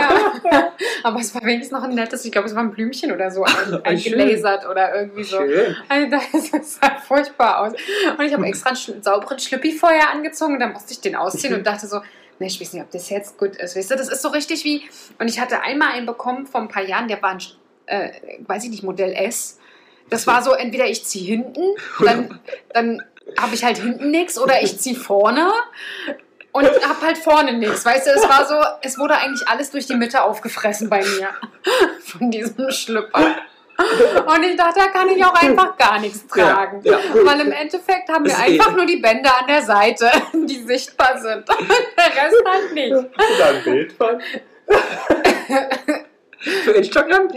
Speaker 2: Ja. Aber es war wenigstens noch ein nettes, ich glaube, es war ein Blümchen oder so ein, eingelasert oder irgendwie so.
Speaker 3: Schön.
Speaker 2: Also das sah furchtbar aus. Und ich habe extra einen schl- sauberen Schlüppi vorher angezogen und dann musste ich den ausziehen und dachte so, ne, ich weiß nicht, ob das jetzt gut ist. Weißt du, das ist so richtig wie, und ich hatte einmal einen bekommen vor ein paar Jahren, der war ein, Sch- äh, weiß ich nicht, Modell S. Das war so, entweder ich ziehe hinten, dann, dann habe ich halt hinten nichts oder ich ziehe vorne und habe halt vorne nichts. Weißt du, es war so, es wurde eigentlich alles durch die Mitte aufgefressen bei mir von diesem Schlüpper. Und ich dachte, da kann ich auch einfach gar nichts tragen.
Speaker 3: Ja, ja.
Speaker 2: Weil im Endeffekt haben wir
Speaker 3: Das
Speaker 2: einfach
Speaker 3: geht.
Speaker 2: nur die Bänder an der Seite, die sichtbar sind. Der Rest halt nicht.
Speaker 1: Hast du da ein Bild von?
Speaker 3: Für Instagram?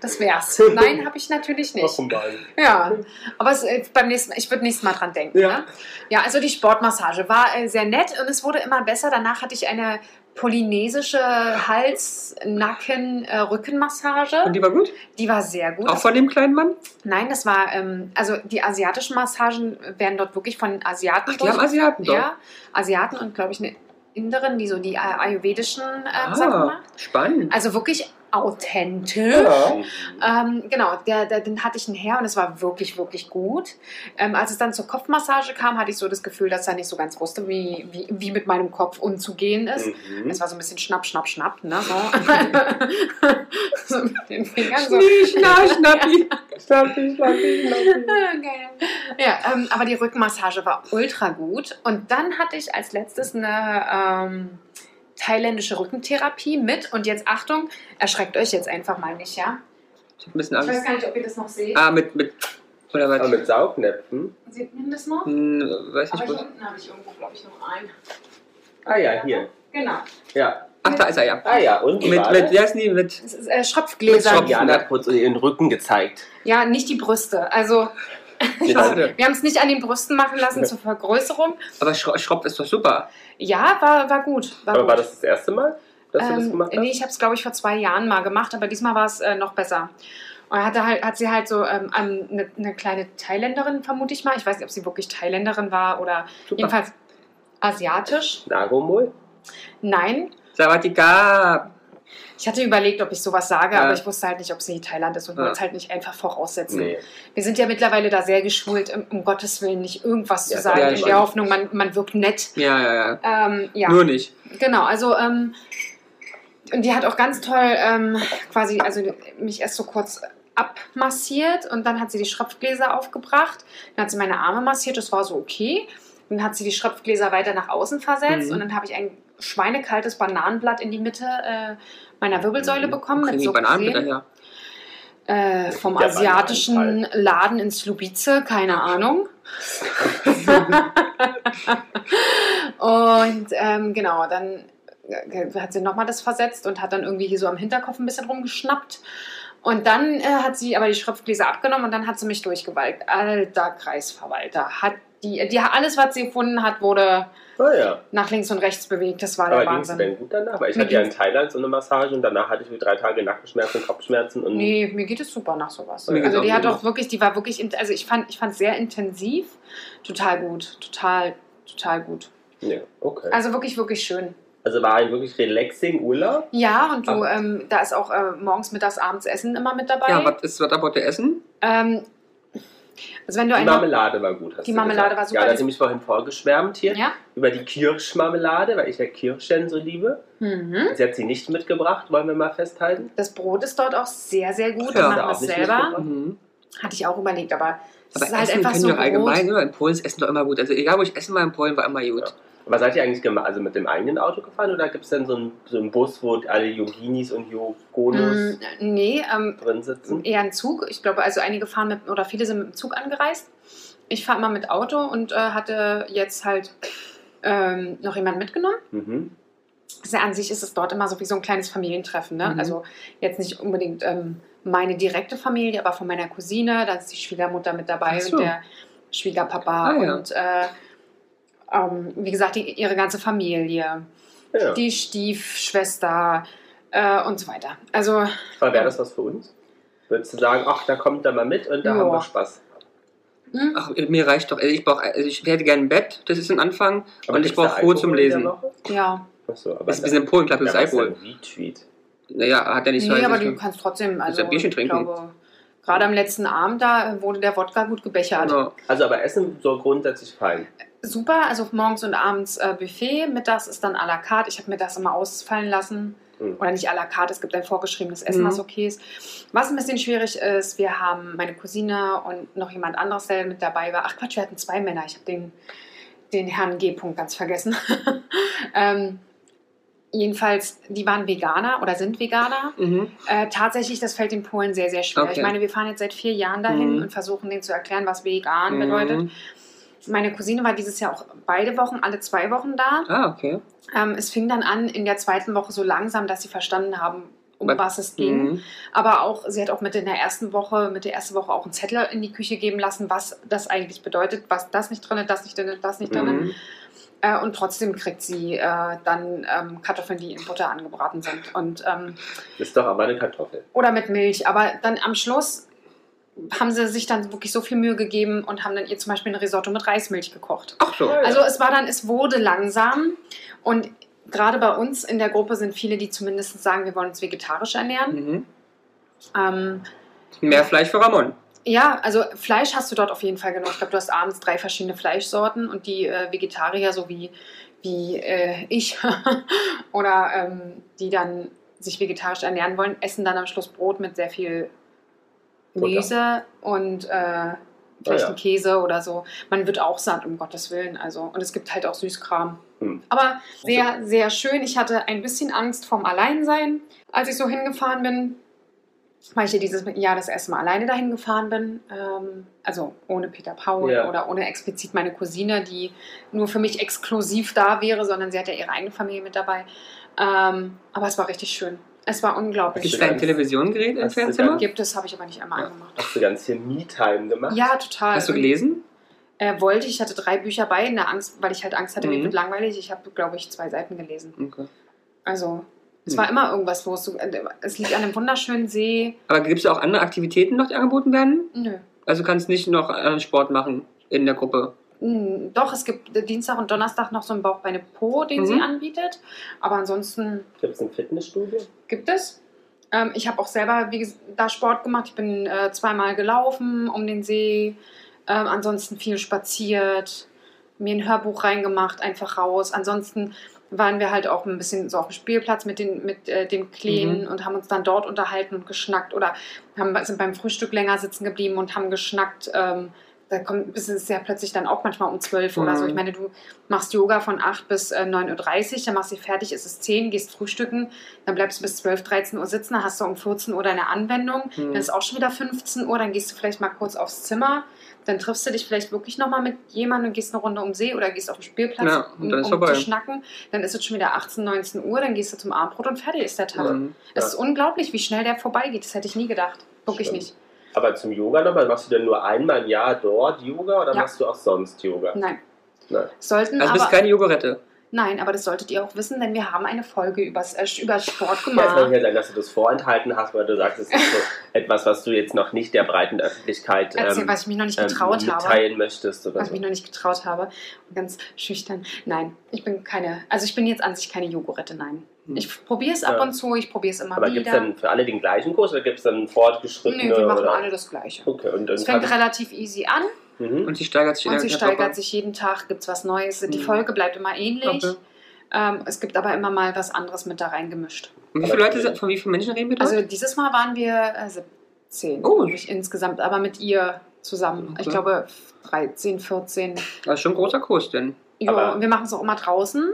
Speaker 2: Das wär's. Nein, habe ich natürlich nicht.
Speaker 1: Offenbar.
Speaker 2: Ja, aber es, äh, beim nächsten Mal, ich würde nächstes Mal dran denken.
Speaker 3: Ja.
Speaker 2: Ja, ne? ja also die Sportmassage war äh, sehr nett und es wurde immer besser. Danach hatte ich eine polynesische Hals-, Nacken-, äh,
Speaker 3: Und
Speaker 2: Rückenmassage.
Speaker 3: die war gut?
Speaker 2: Die war sehr gut.
Speaker 3: Auch von dem kleinen Mann?
Speaker 2: Nein, das war, ähm, also die asiatischen Massagen werden dort wirklich von Asiaten
Speaker 3: Ach, die haben Asiaten dort.
Speaker 2: ja, Asiaten und glaube ich eine Inderin, die so die Ay- ayurvedischen äh, Sachen
Speaker 3: Ah,
Speaker 2: macht.
Speaker 3: spannend.
Speaker 2: Also wirklich authentisch.
Speaker 3: Ja.
Speaker 2: Ähm, genau, der, der, den hatte ich einen her und es war wirklich, wirklich gut. Ähm, als es dann zur Kopfmassage kam, hatte ich so das Gefühl, dass er nicht so ganz wusste, wie, wie, wie mit meinem Kopf umzugehen ist.
Speaker 1: Mhm.
Speaker 2: Es war so ein bisschen schnapp, schnapp, schnapp, ne? So, so mit den Fingern. So.
Speaker 3: Schnie, schna, schnappi. Schnappi, schnappi, schnappi.
Speaker 2: Ah, geil. Ja, ähm, aber die Rückmassage war ultra gut. Und dann hatte ich als letztes eine ähm, thailändische Rückentherapie mit. Und jetzt Achtung, erschreckt euch jetzt einfach mal nicht, ja?
Speaker 3: Ich hab ein bisschen
Speaker 2: Ich weiß
Speaker 3: Angst.
Speaker 2: gar nicht, ob ihr das noch seht.
Speaker 3: Ah, mit, mit, oder
Speaker 1: Aber
Speaker 3: was?
Speaker 1: mit Saugnäpfen?
Speaker 2: Seht ihr das noch?
Speaker 3: Hm, weiß
Speaker 2: Aber
Speaker 3: nicht,
Speaker 2: hier
Speaker 3: wo.
Speaker 2: unten habe ich irgendwo, glaube ich, noch einen.
Speaker 1: Ah ja, hier.
Speaker 2: Genau.
Speaker 1: Ja.
Speaker 3: Ach, da ist er, ja.
Speaker 1: Ah ja, und wie
Speaker 3: Mit,
Speaker 1: war
Speaker 3: mit,
Speaker 1: das?
Speaker 3: wie heißen die? Mit,
Speaker 2: Das ist, äh, Schröpfgläser.
Speaker 3: Mit Schröpf-
Speaker 1: Jana hat kurz ihren Rücken gezeigt.
Speaker 2: Ja, nicht die Brüste. Also,
Speaker 3: schade.
Speaker 2: wir haben es nicht an den Brüsten machen lassen zur Vergrößerung.
Speaker 3: Aber Schro Schropp ist doch super.
Speaker 2: Ja, war, war gut. War
Speaker 1: Aber
Speaker 2: gut.
Speaker 1: war das das erste Mal, dass du das
Speaker 2: Ähm,
Speaker 1: gemacht hast?
Speaker 2: nee, ich habe es, glaube ich, vor zwei Jahren mal gemacht, aber diesmal war es äh, noch besser. Und er hatte halt, hat sie halt so ähm, ähm, eine, eine kleine Thailänderin, vermute ich mal. Ich weiß nicht, ob sie wirklich Thailänderin war oder
Speaker 3: Super.
Speaker 2: jedenfalls asiatisch.
Speaker 1: Nagomol?
Speaker 2: Nein.
Speaker 3: Sawatika.
Speaker 2: Ich hatte überlegt, ob ich sowas sage,
Speaker 3: Ja.
Speaker 2: aber ich wusste halt nicht, ob sie Thailand ist und
Speaker 3: Ja.
Speaker 2: wollte es halt nicht einfach voraussetzen.
Speaker 1: Nee.
Speaker 2: Wir sind ja mittlerweile da sehr geschult, um, um Gottes Willen nicht irgendwas zu
Speaker 1: Ja,
Speaker 2: sagen,
Speaker 3: ja,
Speaker 2: in
Speaker 3: ich
Speaker 2: der
Speaker 1: weiß.
Speaker 2: Hoffnung, man, man wirkt nett.
Speaker 3: Ja, ja, ja.
Speaker 2: Ähm, ja.
Speaker 3: Nur nicht.
Speaker 2: Genau, also ähm, und die hat auch ganz toll ähm, quasi, also mich erst so kurz abmassiert und dann hat sie die Schröpfgläser aufgebracht, dann hat sie meine Arme massiert, das war so okay. Dann hat sie die Schröpfgläser weiter nach außen versetzt
Speaker 3: Mhm.
Speaker 2: und dann habe ich ein schweinekaltes Bananenblatt in die Mitte äh, meiner Wirbelsäule
Speaker 1: Mhm.
Speaker 2: bekommen.
Speaker 3: Kriegen
Speaker 2: Mit
Speaker 3: die
Speaker 2: so
Speaker 3: Bananen mit
Speaker 2: Creme
Speaker 3: daher.
Speaker 2: äh, vom
Speaker 1: Der
Speaker 2: asiatischen
Speaker 1: Bananenfall.
Speaker 2: Laden in Slubice, keine Ahnung. und ähm, genau, dann äh, hat sie nochmal das versetzt und hat dann irgendwie hier so am Hinterkopf ein bisschen rumgeschnappt. Und dann äh, hat sie aber die Schröpfgläser abgenommen und dann hat sie mich durchgewalkt. Alter Kreisverwalter. Hat die, die, alles, was sie gefunden hat, wurde
Speaker 1: Ah ja.
Speaker 2: nach links und rechts bewegt. Das war
Speaker 1: Aber
Speaker 2: der
Speaker 1: ging es
Speaker 2: Wahnsinn.
Speaker 1: denn gut danach? Weil ich
Speaker 2: Mir
Speaker 1: hatte ja in
Speaker 2: ging's-
Speaker 1: Thailand so eine Massage und danach hatte ich für drei Tage Nackenschmerzen, Kopfschmerzen und
Speaker 2: Nee, mir geht es super nach sowas.
Speaker 3: Mir geht's
Speaker 2: Also die
Speaker 3: auch
Speaker 2: hat
Speaker 3: gut.
Speaker 2: auch wirklich, die war wirklich, int- also ich fand ich fand sehr intensiv, total gut, total total gut.
Speaker 1: Nee, okay.
Speaker 2: Also wirklich wirklich schön.
Speaker 1: Also war ein wirklich relaxing Urlaub.
Speaker 2: Ja, und du
Speaker 1: Aber-
Speaker 2: ähm, da ist auch äh, morgens, mittags, abends Essen immer mit dabei.
Speaker 3: Ja, was ist was about der Essen?
Speaker 2: ähm, also wenn du
Speaker 1: Die
Speaker 2: eine
Speaker 1: Marmelade war gut. Hast
Speaker 2: Die
Speaker 1: du
Speaker 2: Marmelade
Speaker 1: gesagt.
Speaker 2: war super.
Speaker 1: Ja, da
Speaker 2: Das-
Speaker 1: hat mich vorhin vorgeschwärmt hier
Speaker 2: ja?
Speaker 1: über die Kirschmarmelade, weil ich ja Kirschen so liebe.
Speaker 2: Mhm.
Speaker 1: Sie hat sie nicht mitgebracht, wollen wir mal festhalten.
Speaker 2: Das Brot ist dort auch sehr sehr gut.
Speaker 3: Ja,
Speaker 2: Ja,
Speaker 1: Hat sie
Speaker 2: machen
Speaker 1: auch
Speaker 2: es
Speaker 1: nicht
Speaker 2: selber.
Speaker 1: mitgebracht.
Speaker 3: Mhm.
Speaker 2: Hatte ich auch überlegt, aber es
Speaker 3: Aber
Speaker 2: ist halt
Speaker 3: Essen
Speaker 2: einfach
Speaker 3: können
Speaker 2: so
Speaker 3: wir allgemein,
Speaker 2: Brot.
Speaker 3: oder? In Polen ist Essen doch immer gut. Also egal, wo ich essen war, in Polen war immer gut.
Speaker 1: Ja. Aber seid ihr eigentlich gema- also mit dem eigenen Auto gefahren oder gibt es denn so einen, so einen Bus, wo alle Yoginis und Yogonos
Speaker 2: Mm, nee, ähm,
Speaker 1: drin sitzen?
Speaker 2: eher ein Zug. Ich glaube, also einige fahren mit, oder viele sind mit dem Zug angereist. Ich fahre mal mit Auto und äh, hatte jetzt halt ähm, noch jemanden mitgenommen.
Speaker 1: Mhm.
Speaker 2: Also an sich ist es dort immer so wie so ein kleines Familientreffen. Ne?
Speaker 3: Mhm.
Speaker 2: Also jetzt nicht unbedingt ähm, meine direkte Familie, aber von meiner Cousine, da ist die Schwiegermutter mit dabei
Speaker 3: Ach so.
Speaker 2: und der Schwiegerpapa
Speaker 3: Ah, ja.
Speaker 2: und äh, ähm, wie gesagt, die, ihre ganze Familie,
Speaker 1: Ja.
Speaker 2: die Stiefschwester äh, und so weiter. Also
Speaker 1: Aber wäre das was für uns? Würdest du sagen, ach, da kommt da mal mit und da
Speaker 2: Ja.
Speaker 1: haben wir Spaß?
Speaker 2: Hm?
Speaker 3: Ach, mir reicht doch. Also ich, brauch, also ich hätte gerne ein Bett, das ist ein Anfang.
Speaker 1: Aber
Speaker 3: und
Speaker 1: gibt's
Speaker 3: ich
Speaker 1: da
Speaker 3: brauche Brot
Speaker 1: Alkohol
Speaker 3: zum
Speaker 1: in der
Speaker 3: Lesen.
Speaker 1: Woche?
Speaker 2: Ja.
Speaker 1: Achso, aber
Speaker 3: Das ist ein bisschen in Polen, klappt das Alkohol.
Speaker 1: Wie Tweet.
Speaker 3: Naja, hat er nicht so
Speaker 2: nee,
Speaker 3: heiß
Speaker 2: aber du
Speaker 3: geschmeckt.
Speaker 2: kannst trotzdem. Also,
Speaker 3: ja Bierchen trinken.
Speaker 2: Ich glaube, gerade am letzten Abend da äh, wurde der Wodka gut gebechert.
Speaker 3: Ja.
Speaker 1: Also, aber Essen so grundsätzlich fein.
Speaker 2: Super, also morgens und abends äh, Buffet, mittags ist dann à la carte. Ich habe mir das immer ausfallen lassen.
Speaker 3: Hm.
Speaker 1: Mhm.
Speaker 2: Oder nicht à la carte, es gibt ein vorgeschriebenes Essen,
Speaker 3: Mhm.
Speaker 2: was okay ist. Was ein bisschen schwierig ist, wir haben meine Cousine und noch jemand anderes, der mit dabei war. Ach Quatsch, wir hatten zwei Männer. Ich habe den, den Herrn G. -Punkt ganz vergessen. ähm, jedenfalls, die waren Veganer oder sind Veganer.
Speaker 3: Mhm.
Speaker 2: Äh, tatsächlich, das fällt den Polen sehr, sehr schwer.
Speaker 3: Okay.
Speaker 2: Ich meine, wir fahren jetzt seit vier Jahren dahin
Speaker 3: Mhm.
Speaker 2: und versuchen denen zu erklären, was vegan bedeutet.
Speaker 3: Mhm.
Speaker 2: Meine Cousine war dieses Jahr auch beide Wochen, alle zwei Wochen da.
Speaker 3: Ah, okay.
Speaker 2: Ähm, es fing dann an in der zweiten Woche so langsam, dass sie verstanden haben, um
Speaker 3: Was-
Speaker 2: was es ging.
Speaker 3: Mhm.
Speaker 2: Aber auch, sie hat auch mit in der ersten Woche, mit der ersten Woche auch einen Zettel in die Küche geben lassen, was das eigentlich bedeutet, was das nicht drin, das nicht drin, das nicht drin.
Speaker 3: Mhm.
Speaker 2: Äh, und trotzdem kriegt sie äh, dann ähm, Kartoffeln, die in Butter angebraten sind. Und ähm,
Speaker 1: Ist doch aber eine Kartoffel.
Speaker 2: oder mit Milch. Aber dann am Schluss haben sie sich dann wirklich so viel Mühe gegeben und haben dann ihr zum Beispiel ein Risotto mit Reismilch gekocht.
Speaker 3: Ach so.
Speaker 1: Ja.
Speaker 2: Also es war dann, es wurde langsam und gerade bei uns in der Gruppe sind viele, die zumindest sagen, wir wollen uns vegetarisch ernähren.
Speaker 3: Mhm.
Speaker 2: Ähm,
Speaker 3: Mehr Fleisch für Ramon.
Speaker 2: ja, also Fleisch hast du dort auf jeden Fall genug. Ich glaube, du hast abends drei verschiedene Fleischsorten und die äh, Vegetarier, so wie, wie äh, ich oder ähm, die dann sich vegetarisch ernähren wollen, essen dann am Schluss Brot mit sehr viel
Speaker 1: Butter. Ah,
Speaker 2: Gemüse und äh, vielleicht
Speaker 1: ja.
Speaker 2: einen Käse oder so. Man wird auch satt, um Gottes Willen. Also. Und es gibt halt auch Süßkram.
Speaker 1: Hm.
Speaker 2: Aber sehr, sehr schön. Ich hatte ein bisschen Angst vorm Alleinsein, als ich so hingefahren bin, weil ich ja dieses Jahr das erste Mal alleine dahin gefahren bin. Ähm, also ohne Peter Paul
Speaker 1: Ja.
Speaker 2: oder ohne explizit meine Cousine, die nur für mich exklusiv da wäre, sondern sie hat ja ihre eigene Familie mit dabei. Ähm, aber es war richtig schön. Es war
Speaker 1: Hast
Speaker 2: unglaublich
Speaker 1: du
Speaker 3: Ist
Speaker 2: schön.
Speaker 3: ein
Speaker 1: ganz-
Speaker 3: Televisiongerät im
Speaker 1: hast du
Speaker 3: Fernzimmer?
Speaker 1: ganz-
Speaker 2: Gibt es, habe ich aber nicht einmal
Speaker 3: Ja.
Speaker 2: angemacht.
Speaker 1: Hast du ganz viel Me-Time gemacht?
Speaker 2: Ja, also total.
Speaker 3: Hast du
Speaker 2: Und,
Speaker 3: gelesen?
Speaker 2: Äh, wollte ich, hatte drei Bücher bei, in der Angst, weil ich halt Angst hatte, mir
Speaker 3: Mhm.
Speaker 2: wird langweilig. Ich habe, glaube ich, zwei Seiten gelesen.
Speaker 3: Okay.
Speaker 2: Also, es
Speaker 3: Mhm.
Speaker 2: war immer irgendwas los. Du- äh, Es liegt an einem wunderschönen See.
Speaker 3: Aber gibt es auch andere Aktivitäten noch, die angeboten werden?
Speaker 2: Nö.
Speaker 3: Also kannst nicht noch anderen Sport machen in der Gruppe.
Speaker 2: Mm, Doch, es gibt Dienstag und Donnerstag noch so einen Bauchbeine-Po, den
Speaker 3: Mhm.
Speaker 2: sie anbietet. Aber ansonsten
Speaker 1: Gibt es ein Fitnessstudio?
Speaker 2: gibt es. Ähm, ich habe auch selber wie ges- da Sport gemacht. Ich bin äh, zweimal gelaufen um den See. Ähm, ansonsten viel spaziert. Mir ein Hörbuch reingemacht, einfach raus. Ansonsten waren wir halt auch ein bisschen so auf dem Spielplatz mit, den, mit äh, dem Kleen
Speaker 3: Mhm.
Speaker 2: und haben uns dann dort unterhalten und geschnackt oder haben, sind beim Frühstück länger sitzen geblieben und haben geschnackt. Ähm, da kommt es ist ja plötzlich dann auch manchmal um 12 oder so.
Speaker 3: Mhm.
Speaker 2: Ich meine, du machst Yoga von 8 bis äh, 9.30 Uhr, dann machst du dich fertig, ist es 10, gehst frühstücken, dann bleibst du bis 12, 13 Uhr sitzen, dann hast du um 14 Uhr deine Anwendung,
Speaker 3: Mhm.
Speaker 2: dann ist auch schon wieder 15 Uhr, dann gehst du vielleicht mal kurz aufs Zimmer, dann triffst du dich vielleicht wirklich nochmal mit jemandem und gehst eine Runde um den See oder gehst auf den Spielplatz,
Speaker 3: Ja, und
Speaker 2: um,
Speaker 3: dann ist
Speaker 2: um
Speaker 3: vorbei.
Speaker 2: zu schnacken, dann ist es schon wieder 18, 19 Uhr, dann gehst du zum Abendbrot und fertig ist der Tag.
Speaker 3: Mhm.
Speaker 2: Es ist unglaublich, wie schnell der vorbeigeht, das hätte ich nie gedacht, wirklich
Speaker 1: Stimmt.
Speaker 2: nicht.
Speaker 1: Aber zum Yoga nochmal, machst du denn nur einmal im Jahr dort Yoga oder
Speaker 2: Ja.
Speaker 1: machst du auch sonst Yoga?
Speaker 2: Nein.
Speaker 1: Nein.
Speaker 2: Sollten
Speaker 3: Also
Speaker 2: aber,
Speaker 3: bist keine Jogorette.
Speaker 2: Nein, aber das solltet ihr auch wissen, denn wir haben eine Folge übers, äh, über Sport
Speaker 1: Ja, es kann
Speaker 2: gemacht.
Speaker 1: ja sein, dass du das vorenthalten hast, weil du sagst, es ist so etwas, was du jetzt noch nicht der breiten Öffentlichkeit
Speaker 2: Erzähl,
Speaker 1: ähm,
Speaker 2: was ich mich noch nicht
Speaker 1: ähm,
Speaker 2: getraut habe.
Speaker 1: mitteilen möchtest. Oder
Speaker 2: Was ich
Speaker 1: so.
Speaker 2: mich noch nicht getraut habe. Und ganz schüchtern. Nein, ich bin keine, also ich bin jetzt an sich keine Jogurette, nein.
Speaker 3: Hm.
Speaker 2: Ich probiere es ab
Speaker 1: Ja.
Speaker 2: und zu, ich probiere es immer
Speaker 1: Aber gibt es
Speaker 2: wieder.
Speaker 1: dann für alle den gleichen Kurs oder gibt es dann fortgeschrittene?
Speaker 2: Nö, wir machen
Speaker 1: oder?
Speaker 2: alle das Gleiche.
Speaker 1: Okay, und, und
Speaker 2: Es fängt
Speaker 1: kann-
Speaker 2: relativ easy an
Speaker 1: mhm.
Speaker 3: Und sie steigert sich in
Speaker 2: und
Speaker 3: der
Speaker 2: sie
Speaker 3: Gruppe.
Speaker 2: steigert sich jeden Tag, gibt es was Neues. Die
Speaker 3: Mhm.
Speaker 2: Folge bleibt immer ähnlich.
Speaker 3: Okay.
Speaker 2: Ähm, es gibt aber immer mal was anderes mit da reingemischt.
Speaker 3: Und wie viele Leute, sind- von wie vielen Menschen reden wir da?
Speaker 2: Also dieses Mal waren wir äh, 17
Speaker 3: Oh.
Speaker 2: glaub ich, insgesamt, aber mit ihr zusammen. Ich
Speaker 3: Okay.
Speaker 2: glaube 13, 14.
Speaker 3: das ist schon ein großer Kurs, denn.
Speaker 2: Ja,
Speaker 1: Aber-
Speaker 2: und wir machen es auch immer draußen,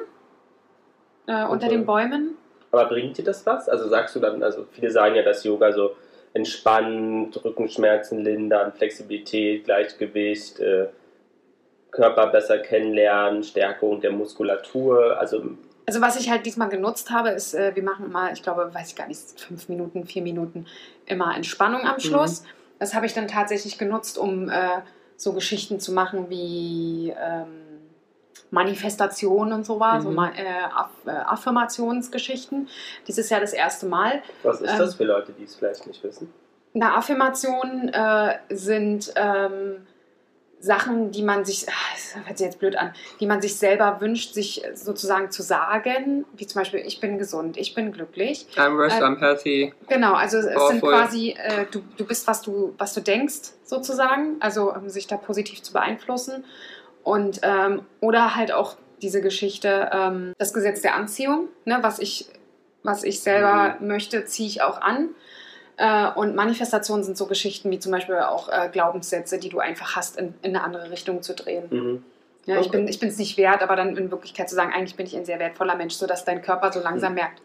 Speaker 2: äh, unter
Speaker 1: Okay.
Speaker 2: den Bäumen.
Speaker 1: Aber bringt dir das was? Also sagst du dann, also viele sagen ja, dass Yoga so entspannt, Rückenschmerzen lindern, Flexibilität, Gleichgewicht, äh, Körper besser kennenlernen, Stärkung der Muskulatur, also
Speaker 2: Also was ich halt diesmal genutzt habe, ist, äh, wir machen immer, ich glaube, weiß ich gar nicht, fünf Minuten, vier Minuten immer Entspannung am Schluss. Das habe ich dann tatsächlich genutzt, um äh, so Geschichten zu machen wie ähm, Manifestationen und so war, so
Speaker 3: Mhm.
Speaker 2: Ma- äh, Aff äh, Affirmationsgeschichten. Dieses Jahr das erste Mal.
Speaker 1: was ist
Speaker 2: Ähm.
Speaker 1: das für Leute, die es vielleicht nicht wissen?
Speaker 2: Na, Affirmationen äh, sind ähm, Sachen, die man sich, ah, das hört sich jetzt blöd an, die man sich selber wünscht, sich sozusagen zu sagen, wie zum Beispiel, ich bin gesund, ich bin glücklich.
Speaker 3: I'm rest,
Speaker 2: Äh,
Speaker 3: I'm healthy.
Speaker 2: Genau, also es sind
Speaker 3: Powerful.
Speaker 2: quasi, äh, du, du bist, was du, was du denkst, sozusagen, also um sich da positiv zu beeinflussen. Und ähm, oder halt auch diese Geschichte, ähm, das Gesetz der Anziehung, ne, was ich, was ich selber möchte, ziehe ich auch an. Äh, und Manifestationen sind so Geschichten wie zum Beispiel auch äh, Glaubenssätze, die du einfach hast, in, in eine andere Richtung zu drehen.
Speaker 1: Mhm.
Speaker 2: Ja, ich
Speaker 1: Okay.
Speaker 2: bin ich bin es nicht wert, aber dann in Wirklichkeit zu sagen, eigentlich bin ich ein sehr wertvoller Mensch, sodass dein Körper so langsam
Speaker 1: Mhm.
Speaker 2: merkt,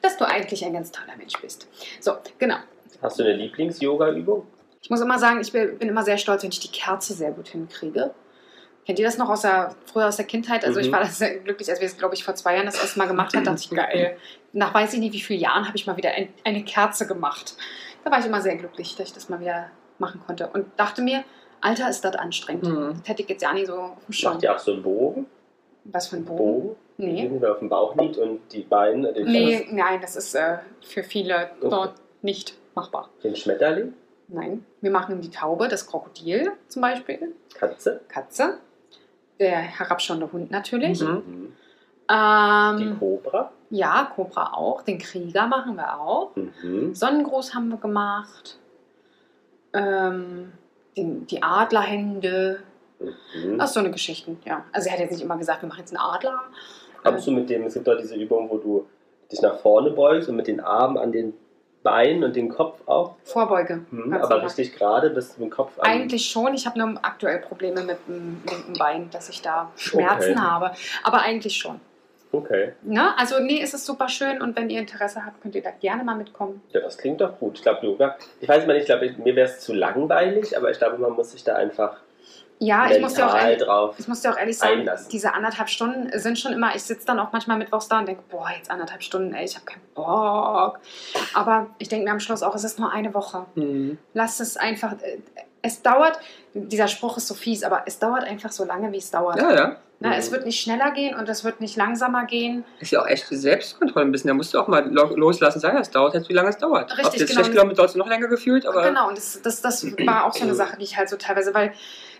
Speaker 2: dass du eigentlich ein ganz toller Mensch bist. So, genau.
Speaker 1: Hast du eine Lieblings-Yoga-Übung?
Speaker 2: Ich muss immer sagen, ich bin bin immer sehr stolz, wenn ich die Kerze sehr gut hinkriege. Kennt ihr das noch aus der, früher aus der Kindheit? Also ich
Speaker 1: Mhm.
Speaker 2: war da sehr glücklich, als wir es, glaube ich, vor zwei Jahren das erste Mal gemacht haben. dachte ich, geil. Nach weiß ich nicht wie vielen Jahren habe ich mal wieder ein, eine Kerze gemacht. Da war ich immer sehr glücklich, dass ich das mal wieder machen konnte. Und dachte mir, Alter, ist das anstrengend.
Speaker 3: Mhm.
Speaker 2: Das hätte ich jetzt ja nicht so schon.
Speaker 1: Macht ihr auch so einen Bogen?
Speaker 2: Was für ein Bogen?
Speaker 1: Bogen?
Speaker 2: Nee.
Speaker 1: Liegen wir auf dem Bauch liegt und die Beine, den,
Speaker 2: Nee, nein, das ist äh, für viele dort nicht machbar.
Speaker 1: den Schmetterling,
Speaker 2: Nein, wir machen die Taube, das Krokodil zum Beispiel,
Speaker 1: Katze,
Speaker 2: Katze, der herabschauende Hund natürlich.
Speaker 3: Mhm.
Speaker 1: mhm. die
Speaker 2: Ähm,
Speaker 1: Kobra,
Speaker 2: ja, Cobra auch, den Krieger machen wir auch.
Speaker 1: mhm.
Speaker 2: Sonnengruß haben wir gemacht. Ähm, den, die Adlerhände.
Speaker 1: Mhm.
Speaker 2: Ach, so eine Geschichten, ja. Also er hat jetzt nicht immer gesagt, wir machen jetzt einen Adler. Äh,
Speaker 1: Kommst du mit dem, es gibt doch diese Übung, wo du dich nach vorne beugst und mit den Armen an den Beinen und den Kopf auch,
Speaker 2: Vorbeuge.
Speaker 1: mhm.
Speaker 2: ganz
Speaker 1: aber
Speaker 2: normal.
Speaker 1: richtig gerade, dass du den Kopf an...
Speaker 2: Eigentlich schon. Ich habe nur aktuell Probleme mit dem linken Bein, dass ich da Schmerzen
Speaker 1: Okay.
Speaker 2: habe. Aber eigentlich schon.
Speaker 1: Okay,
Speaker 2: Ne? Also, nee, es ist super schön und wenn ihr Interesse habt, könnt ihr da gerne mal mitkommen.
Speaker 1: ja, das klingt doch gut. Ich glaube, Yoga, ich weiß mal nicht, ich glaube, ich- mir wäre es zu langweilig, aber ich glaube, man muss sich da einfach
Speaker 2: Ja, Ah, ich muss, dir auch
Speaker 1: mental
Speaker 2: ehrlich,
Speaker 1: drauf...
Speaker 2: ich muss dir auch ehrlich sagen,
Speaker 1: einlassen.
Speaker 2: diese anderthalb Stunden sind schon immer, ich sitze dann auch manchmal mittwochs da und denke, boah, jetzt anderthalb Stunden, ey, ich habe keinen Bock. Aber ich denke mir am Schluss auch, es ist nur eine Woche.
Speaker 3: Mhm.
Speaker 2: Lasst es einfach, äh, es dauert, dieser Spruch ist so fies, aber es dauert einfach so lange, wie es dauert.
Speaker 3: Ja, ja.
Speaker 2: Ne? Es wird nicht schneller gehen und es wird nicht langsamer gehen.
Speaker 3: Ist ja auch echt Selbstkontrolle ein bisschen. Da musst du auch mal lo- loslassen, sagen, es dauert jetzt, wie lange es dauert.
Speaker 2: Richtig,
Speaker 3: Ob du jetzt
Speaker 2: genau.
Speaker 3: schlecht gelaufen bist, dauert es noch länger gefühlt, aber
Speaker 2: Genau, und das, das, das war auch so eine Sache, die ich halt so teilweise, weil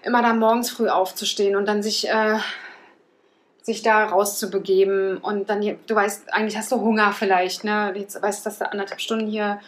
Speaker 2: immer da morgens früh aufzustehen und dann sich, äh, sich da rauszubegeben und dann, hier, du weißt, eigentlich hast du Hunger vielleicht, ne? Jetzt weißt du, dass du anderthalb Stunden hier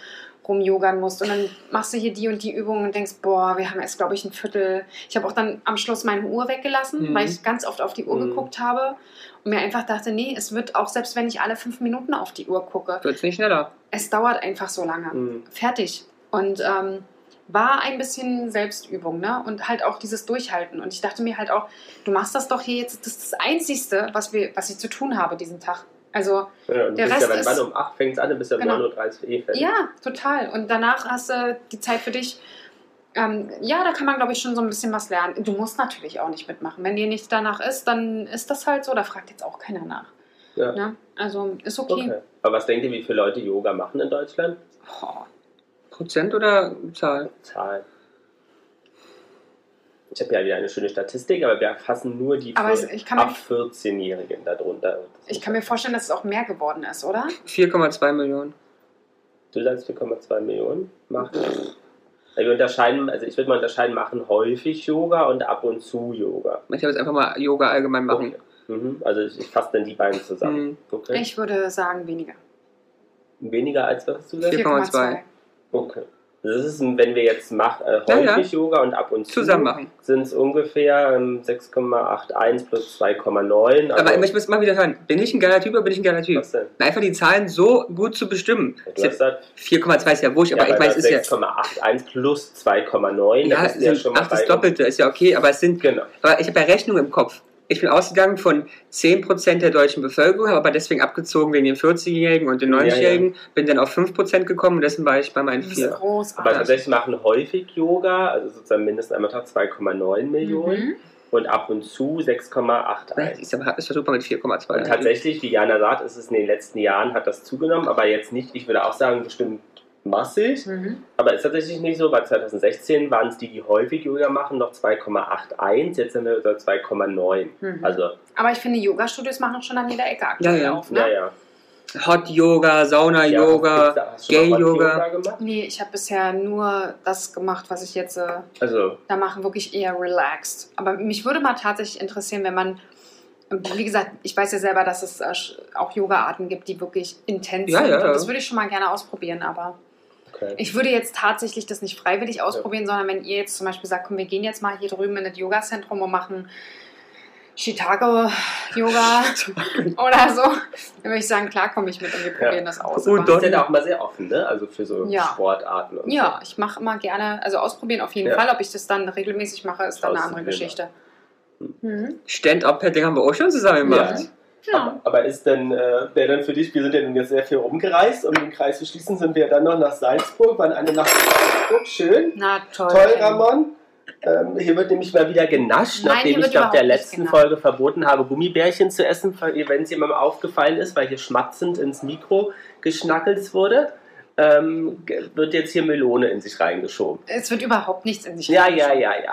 Speaker 2: rumjogern musst und dann machst du hier die und die Übungen und denkst, boah, wir haben jetzt, glaube ich, ein Viertel. Ich habe auch dann am Schluss meine Uhr weggelassen,
Speaker 3: Mhm.
Speaker 2: weil ich ganz oft auf die Uhr
Speaker 1: Mhm.
Speaker 2: geguckt habe und mir einfach dachte, nee, es wird auch, selbst wenn ich alle fünf Minuten auf die Uhr gucke,
Speaker 3: wird es nicht schneller.
Speaker 2: es dauert einfach so lange
Speaker 1: Mhm.
Speaker 2: fertig. Und ähm, war ein bisschen Selbstübung, ne? Und halt auch dieses Durchhalten. Und ich dachte mir halt auch, du machst das doch hier jetzt, das ist das Einzigste, was, wir, was ich zu tun habe diesen Tag. Also,
Speaker 1: Ja, und du
Speaker 2: Der
Speaker 1: bist
Speaker 2: Rest
Speaker 1: ja, wenn
Speaker 2: ist-
Speaker 1: wann um 8 fängt es an, dann bist du
Speaker 2: Genau.
Speaker 1: um 9.30 Uhr eh fertig.
Speaker 2: ja, total. Und danach hast du die Zeit für dich. Ähm, ja, da kann man, glaube ich, schon so ein bisschen was lernen. Du musst natürlich auch nicht mitmachen. Wenn dir nicht danach ist, dann ist das halt so. Da fragt jetzt auch keiner nach.
Speaker 1: Ja.
Speaker 2: Ne? Also, ist okay.
Speaker 1: Okay. Aber was denkt ihr, wie viele Leute Yoga machen in Deutschland?
Speaker 2: Oh,
Speaker 3: Prozent oder Zahl?
Speaker 1: Zahlen. Ich habe ja wieder eine schöne Statistik, aber wir erfassen nur die
Speaker 2: Aber
Speaker 1: für
Speaker 2: es- ich kann
Speaker 1: ab
Speaker 2: mir-
Speaker 1: 14-Jährigen darunter.
Speaker 2: ich kann mir vorstellen, dass es auch mehr geworden ist, oder?
Speaker 3: 4,2 Millionen.
Speaker 1: Du sagst 4,2 Millionen machen. Wir unterscheiden, also ich würde mal unterscheiden, machen häufig Yoga und ab und zu Yoga.
Speaker 3: Ich habe jetzt einfach mal Yoga allgemein machen.
Speaker 1: Okay. Mhm. Also ich, ich fasse dann die beiden zusammen.
Speaker 3: Hm.
Speaker 1: Okay.
Speaker 2: Ich würde sagen, weniger.
Speaker 1: Weniger als was hast du gesagt?
Speaker 3: 4,2.
Speaker 1: Okay. Das ist, wenn wir jetzt mach, äh,
Speaker 3: Ja, ja.
Speaker 1: häufig Yoga und ab und zu
Speaker 3: Zusammen machen.
Speaker 1: sind es ungefähr ähm, 6,81 plus 2,9. also-
Speaker 3: Aber ich muss mal wieder hören, bin ich ein geiler Typ oder bin ich ein geiler Typ?
Speaker 1: Was denn?
Speaker 3: Einfach die Zahlen so gut zu bestimmen.
Speaker 1: Du hast gesagt,
Speaker 3: 4,2 ist ja wurscht,
Speaker 1: ja,
Speaker 3: aber ich
Speaker 1: bei
Speaker 3: weiß, es ist ja...
Speaker 1: 6,81 plus 2,9.
Speaker 3: Ja,
Speaker 1: da
Speaker 3: es
Speaker 1: bist du ja
Speaker 3: sind
Speaker 1: schon mal
Speaker 3: ach, das
Speaker 1: bei-
Speaker 3: Doppelte ist Ah, ja okay, aber es sind
Speaker 1: Genau.
Speaker 3: Aber ich habe ja Rechnung im Kopf. Ich bin ausgegangen von 10% der deutschen Bevölkerung, habe aber deswegen abgezogen wegen den 40-Jährigen und den
Speaker 1: Ja,
Speaker 3: 90-Jährigen, bin dann auf 5% gekommen und dessen war ich bei meinen
Speaker 2: Das ist
Speaker 3: 4.
Speaker 1: Aber
Speaker 2: großartig.
Speaker 1: tatsächlich machen häufig Yoga, also sozusagen mindestens einmal am Tag 2,9 Millionen
Speaker 2: Mhm.
Speaker 1: und ab und zu 6,81.
Speaker 3: Ist aber ist doch super mit
Speaker 1: Und
Speaker 3: 4,2.
Speaker 1: tatsächlich, wie Jana sagt, ist es in den letzten Jahren hat das zugenommen, aber jetzt nicht, ich würde auch sagen, bestimmt massig.
Speaker 2: Mhm.
Speaker 1: Aber ist tatsächlich nicht so, weil 2016 waren es die, die häufig Yoga machen, noch 2,81, jetzt sind wir über 2,9.
Speaker 2: Mhm.
Speaker 1: Also,
Speaker 2: Aber ich finde, Yoga-Studios machen schon an jeder Ecke
Speaker 3: Ja,
Speaker 2: aktuell
Speaker 3: ja.
Speaker 2: auf. Ne?
Speaker 1: naja.
Speaker 3: Hot Yoga, Sauna Yoga,
Speaker 1: Ja, hast du schon mal
Speaker 3: Gay Yoga.
Speaker 1: Hot gemacht?
Speaker 2: Nee, ich habe bisher nur das gemacht, was ich jetzt äh,
Speaker 1: Also,
Speaker 2: da mache, wirklich eher relaxed. Aber mich würde mal tatsächlich interessieren, wenn man, wie gesagt, ich weiß ja selber, dass es äh, sch- auch Yoga-Arten gibt, die wirklich intens
Speaker 3: Ja,
Speaker 2: sind.
Speaker 3: ja, ja.
Speaker 2: Und das würde ich schon mal gerne ausprobieren, aber
Speaker 1: okay.
Speaker 2: ich würde jetzt tatsächlich das nicht freiwillig ausprobieren, sondern wenn ihr jetzt zum Beispiel sagt, komm, wir gehen jetzt mal hier drüben in das Yoga-Zentrum und machen Chicago-Yoga oder so, dann würde ich sagen, klar, komm ich mit und wir probieren das aus.
Speaker 3: Gut,
Speaker 2: Aber-
Speaker 1: Die sind auch mal sehr offen, ne? Also für so
Speaker 2: Ja.
Speaker 1: Sportarten und
Speaker 2: Ja, ich mache immer gerne, also ausprobieren auf jeden
Speaker 1: Ja.
Speaker 2: Fall. Ob ich das dann regelmäßig mache, ist dann eine andere
Speaker 1: Ausprobieren.
Speaker 2: Geschichte. Mhm.
Speaker 3: Stand-Up-Paddling haben wir auch schon zusammen
Speaker 1: so.
Speaker 3: gemacht.
Speaker 1: Ja.
Speaker 2: genau.
Speaker 1: Aber, aber ist denn, äh, wäre dann für dich, wir sind ja nun jetzt sehr viel rumgereist, um den Kreis zu schließen, sind wir dann noch nach Salzburg, waren eine Nacht in Salzburg, schön,
Speaker 2: Na toll.
Speaker 1: toll, Ramon. Ähm, hier wird nämlich mal wieder genascht,
Speaker 2: Nein, hier
Speaker 1: nachdem ich
Speaker 2: wird
Speaker 1: nach der
Speaker 2: überhaupt nicht
Speaker 1: letzten
Speaker 2: genascht.
Speaker 1: Folge verboten habe, Gummibärchen zu essen, wenn es jemandem aufgefallen ist, weil hier schmatzend ins Mikro geschnackelt wurde, ähm, ge- wird jetzt hier Melone in sich reingeschoben.
Speaker 2: Es wird überhaupt nichts in sich
Speaker 1: Ja, ja,
Speaker 2: reingeschoben.
Speaker 1: ja, ja.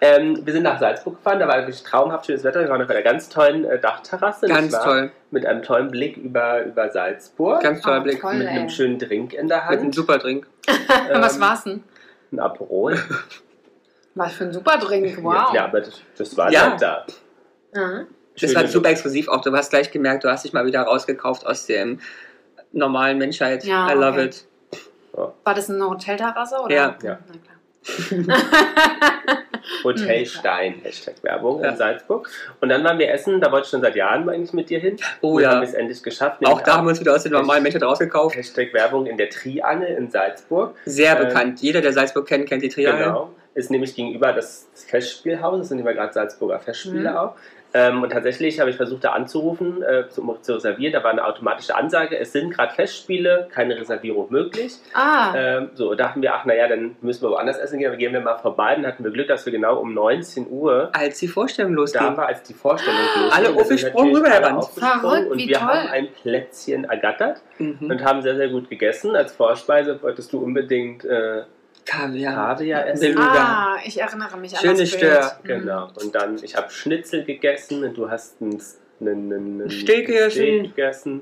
Speaker 1: Ähm, wir sind nach Salzburg gefahren, da war wirklich traumhaft schönes Wetter. Wir waren auf einer ganz tollen äh, Dachterrasse. nicht
Speaker 3: Ganz
Speaker 1: wahr?
Speaker 3: toll.
Speaker 1: Mit einem tollen Blick über, über Salzburg.
Speaker 3: Ganz toller
Speaker 2: Ah,
Speaker 3: Blick.
Speaker 2: toll,
Speaker 1: mit einem
Speaker 2: ey.
Speaker 1: schönen Drink in der
Speaker 3: Mit einem
Speaker 1: Hand.
Speaker 3: super Drink.
Speaker 1: ähm,
Speaker 2: Was war's denn?
Speaker 1: Ein Aperol.
Speaker 2: Was für ein super Drink, wow.
Speaker 1: Ja, aber das, das war ja.
Speaker 3: Ja.
Speaker 1: da.
Speaker 2: Mhm.
Speaker 3: Das
Speaker 1: Schöne
Speaker 3: war
Speaker 1: Luft.
Speaker 3: super exklusiv auch. Du hast gleich gemerkt, du hast dich mal wieder rausgekauft aus der normalen Menschheit.
Speaker 2: Ja,
Speaker 3: I love
Speaker 2: okay.
Speaker 3: it.
Speaker 2: War das eine Hotelterrasse? Oder?
Speaker 3: Ja.
Speaker 1: Ja.
Speaker 2: Na klar.
Speaker 1: Hotel Stein, Hashtag Werbung
Speaker 3: Mhm. Ja.
Speaker 1: in Salzburg. Und dann waren wir essen, da wollte ich schon seit Jahren eigentlich mit dir hin.
Speaker 3: Oh
Speaker 1: Nun haben
Speaker 3: ja.
Speaker 1: wir es endlich geschafft.
Speaker 3: Auch
Speaker 1: Nämlich
Speaker 3: da haben wir uns wieder aus der normalen Menschheit rausgekauft.
Speaker 1: Hashtag Werbung in der Triangel in Salzburg.
Speaker 3: Sehr
Speaker 1: Ähm,
Speaker 3: bekannt. Jeder, der Salzburg kennt, kennt die Triangel.
Speaker 1: Genau. Ist nämlich gegenüber das Festspielhaus, das sind immer gerade Salzburger Festspiele
Speaker 2: Mhm.
Speaker 1: auch. Ähm, und tatsächlich habe ich versucht, da anzurufen, äh, zu- um zu reservieren. Da war eine automatische Ansage, es sind gerade Festspiele, keine Reservierung möglich.
Speaker 2: Ah,
Speaker 1: Ähm, so, dachten wir, ach naja, dann müssen wir woanders essen gehen, dann gehen wir mal vorbei. Dann hatten wir Glück, dass wir genau um 19 Uhr
Speaker 3: Als die Vorstellung
Speaker 1: da
Speaker 3: losging.
Speaker 1: war, als die Vorstellung
Speaker 2: Ah,
Speaker 1: losging.
Speaker 3: Alle
Speaker 1: Wir sind
Speaker 3: aufgesprungen,
Speaker 1: natürlich
Speaker 3: rüber,
Speaker 1: alle
Speaker 3: Herr Brandt.
Speaker 1: aufgesprungen
Speaker 2: Verrückt,
Speaker 1: Und
Speaker 2: wie
Speaker 1: wir
Speaker 2: toll.
Speaker 1: haben ein Plätzchen ergattert
Speaker 3: Mhm.
Speaker 1: und haben sehr, sehr gut gegessen. Als Vorspeise wolltest du unbedingt äh,
Speaker 3: Kaviar.
Speaker 1: Kaviar essen.
Speaker 3: Beluga.
Speaker 2: ah, ich erinnere mich an
Speaker 3: Schöne
Speaker 2: das
Speaker 3: Stör,
Speaker 2: Bild. Mhm.
Speaker 1: Genau. Und dann, ich habe Schnitzel gegessen und du hast einen, einen, einen, einen
Speaker 3: Steak gegessen.
Speaker 1: gegessen.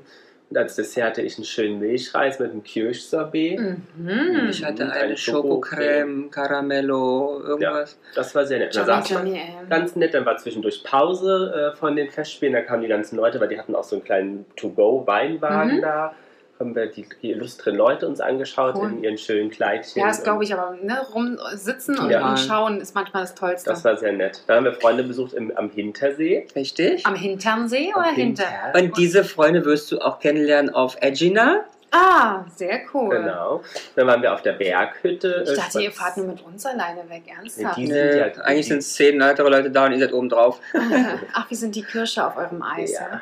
Speaker 1: Und als Dessert hatte ich einen schönen Milchreis mit einem Kirschsorbet.
Speaker 2: Mhm.
Speaker 3: Ich hatte
Speaker 1: Mhm,
Speaker 3: eine
Speaker 1: eine Schokocreme.
Speaker 3: Schokocreme, Caramello, irgendwas.
Speaker 1: Das war sehr nett. Da
Speaker 2: Johnny,
Speaker 1: saß man
Speaker 2: Johnny, ähm, ey.
Speaker 1: ganz nett, dann war zwischendurch Pause äh, von den Festspielen, da kamen die ganzen Leute, weil die hatten auch so einen kleinen To-Go-Weinwagen
Speaker 2: Mhm.
Speaker 1: da. Haben wir die, die illustren Leute uns angeschaut
Speaker 2: Cool.
Speaker 1: in ihren schönen Kleidchen.
Speaker 2: Ja, das glaube
Speaker 1: Und
Speaker 2: ich, aber ne, rumsitzen und,
Speaker 1: Ja.
Speaker 2: und schauen ist manchmal das Tollste.
Speaker 1: Das war sehr nett. Dann haben wir Freunde besucht im, am Hintersee.
Speaker 3: Richtig.
Speaker 2: Am Hinternsee oder
Speaker 1: Am
Speaker 2: hinter?
Speaker 3: Und diese Freunde wirst du auch kennenlernen auf Edgina.
Speaker 2: Ah, sehr cool.
Speaker 1: Genau. Dann waren wir auf der Berghütte.
Speaker 2: Ich dachte, ihr fahrt nur mit uns alleine weg, ernsthaft.
Speaker 1: Die sind ja-
Speaker 3: Nö, Äh, Eigentlich sind es zehn weitere Leute da und ihr seid oben drauf.
Speaker 2: Ach, wir sind die Kirsche auf eurem Eis. ne?
Speaker 1: Ja.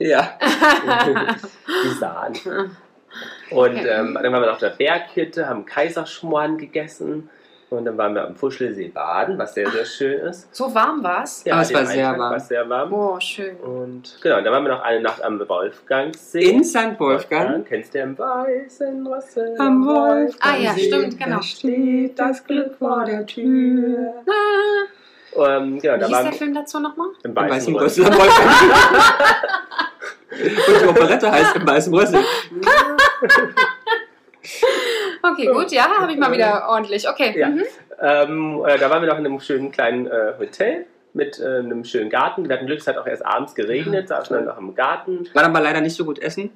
Speaker 2: Ja.
Speaker 3: Ja.
Speaker 1: die Sahne. Und
Speaker 2: Okay.
Speaker 1: ähm, dann waren wir auf der Berghütte, haben Kaiserschmoren gegessen. Und dann waren wir am Fuschelsee baden, was sehr, sehr schön ist.
Speaker 2: So warm war's.
Speaker 3: Ah, es
Speaker 1: den
Speaker 3: war sehr
Speaker 1: Eintrag
Speaker 3: warm.
Speaker 1: War sehr warm.
Speaker 2: Oh, schön.
Speaker 1: Und genau, dann waren wir noch eine Nacht am Wolfgangsee.
Speaker 3: In St. Wolfgang.
Speaker 1: Kennst du den weißen Rüssel?
Speaker 3: Am Wolfgang.
Speaker 2: Ah, ja, stimmt, genau.
Speaker 3: Da steht das Glück vor der Tür.
Speaker 2: Ah,
Speaker 1: Ähm, genau,
Speaker 2: wie
Speaker 1: da
Speaker 2: hieß der
Speaker 1: waren wir
Speaker 2: Film dazu nochmal?
Speaker 1: im
Speaker 3: Im
Speaker 1: weißen
Speaker 3: Weißen
Speaker 1: Rüssel.
Speaker 3: Rüssel am Wolfgang. Und die Operette heißt Im Weißen Rüssel.
Speaker 2: Okay, gut, ja, habe ich mal wieder ordentlich. Okay.
Speaker 1: Ja.
Speaker 2: Mhm.
Speaker 1: Ähm, äh, da waren wir noch in einem schönen kleinen äh, Hotel mit äh, einem schönen Garten. Wir hatten Glück, es hat auch erst abends geregnet, saßen dann noch im Garten.
Speaker 3: War dann aber leider nicht so gut essen,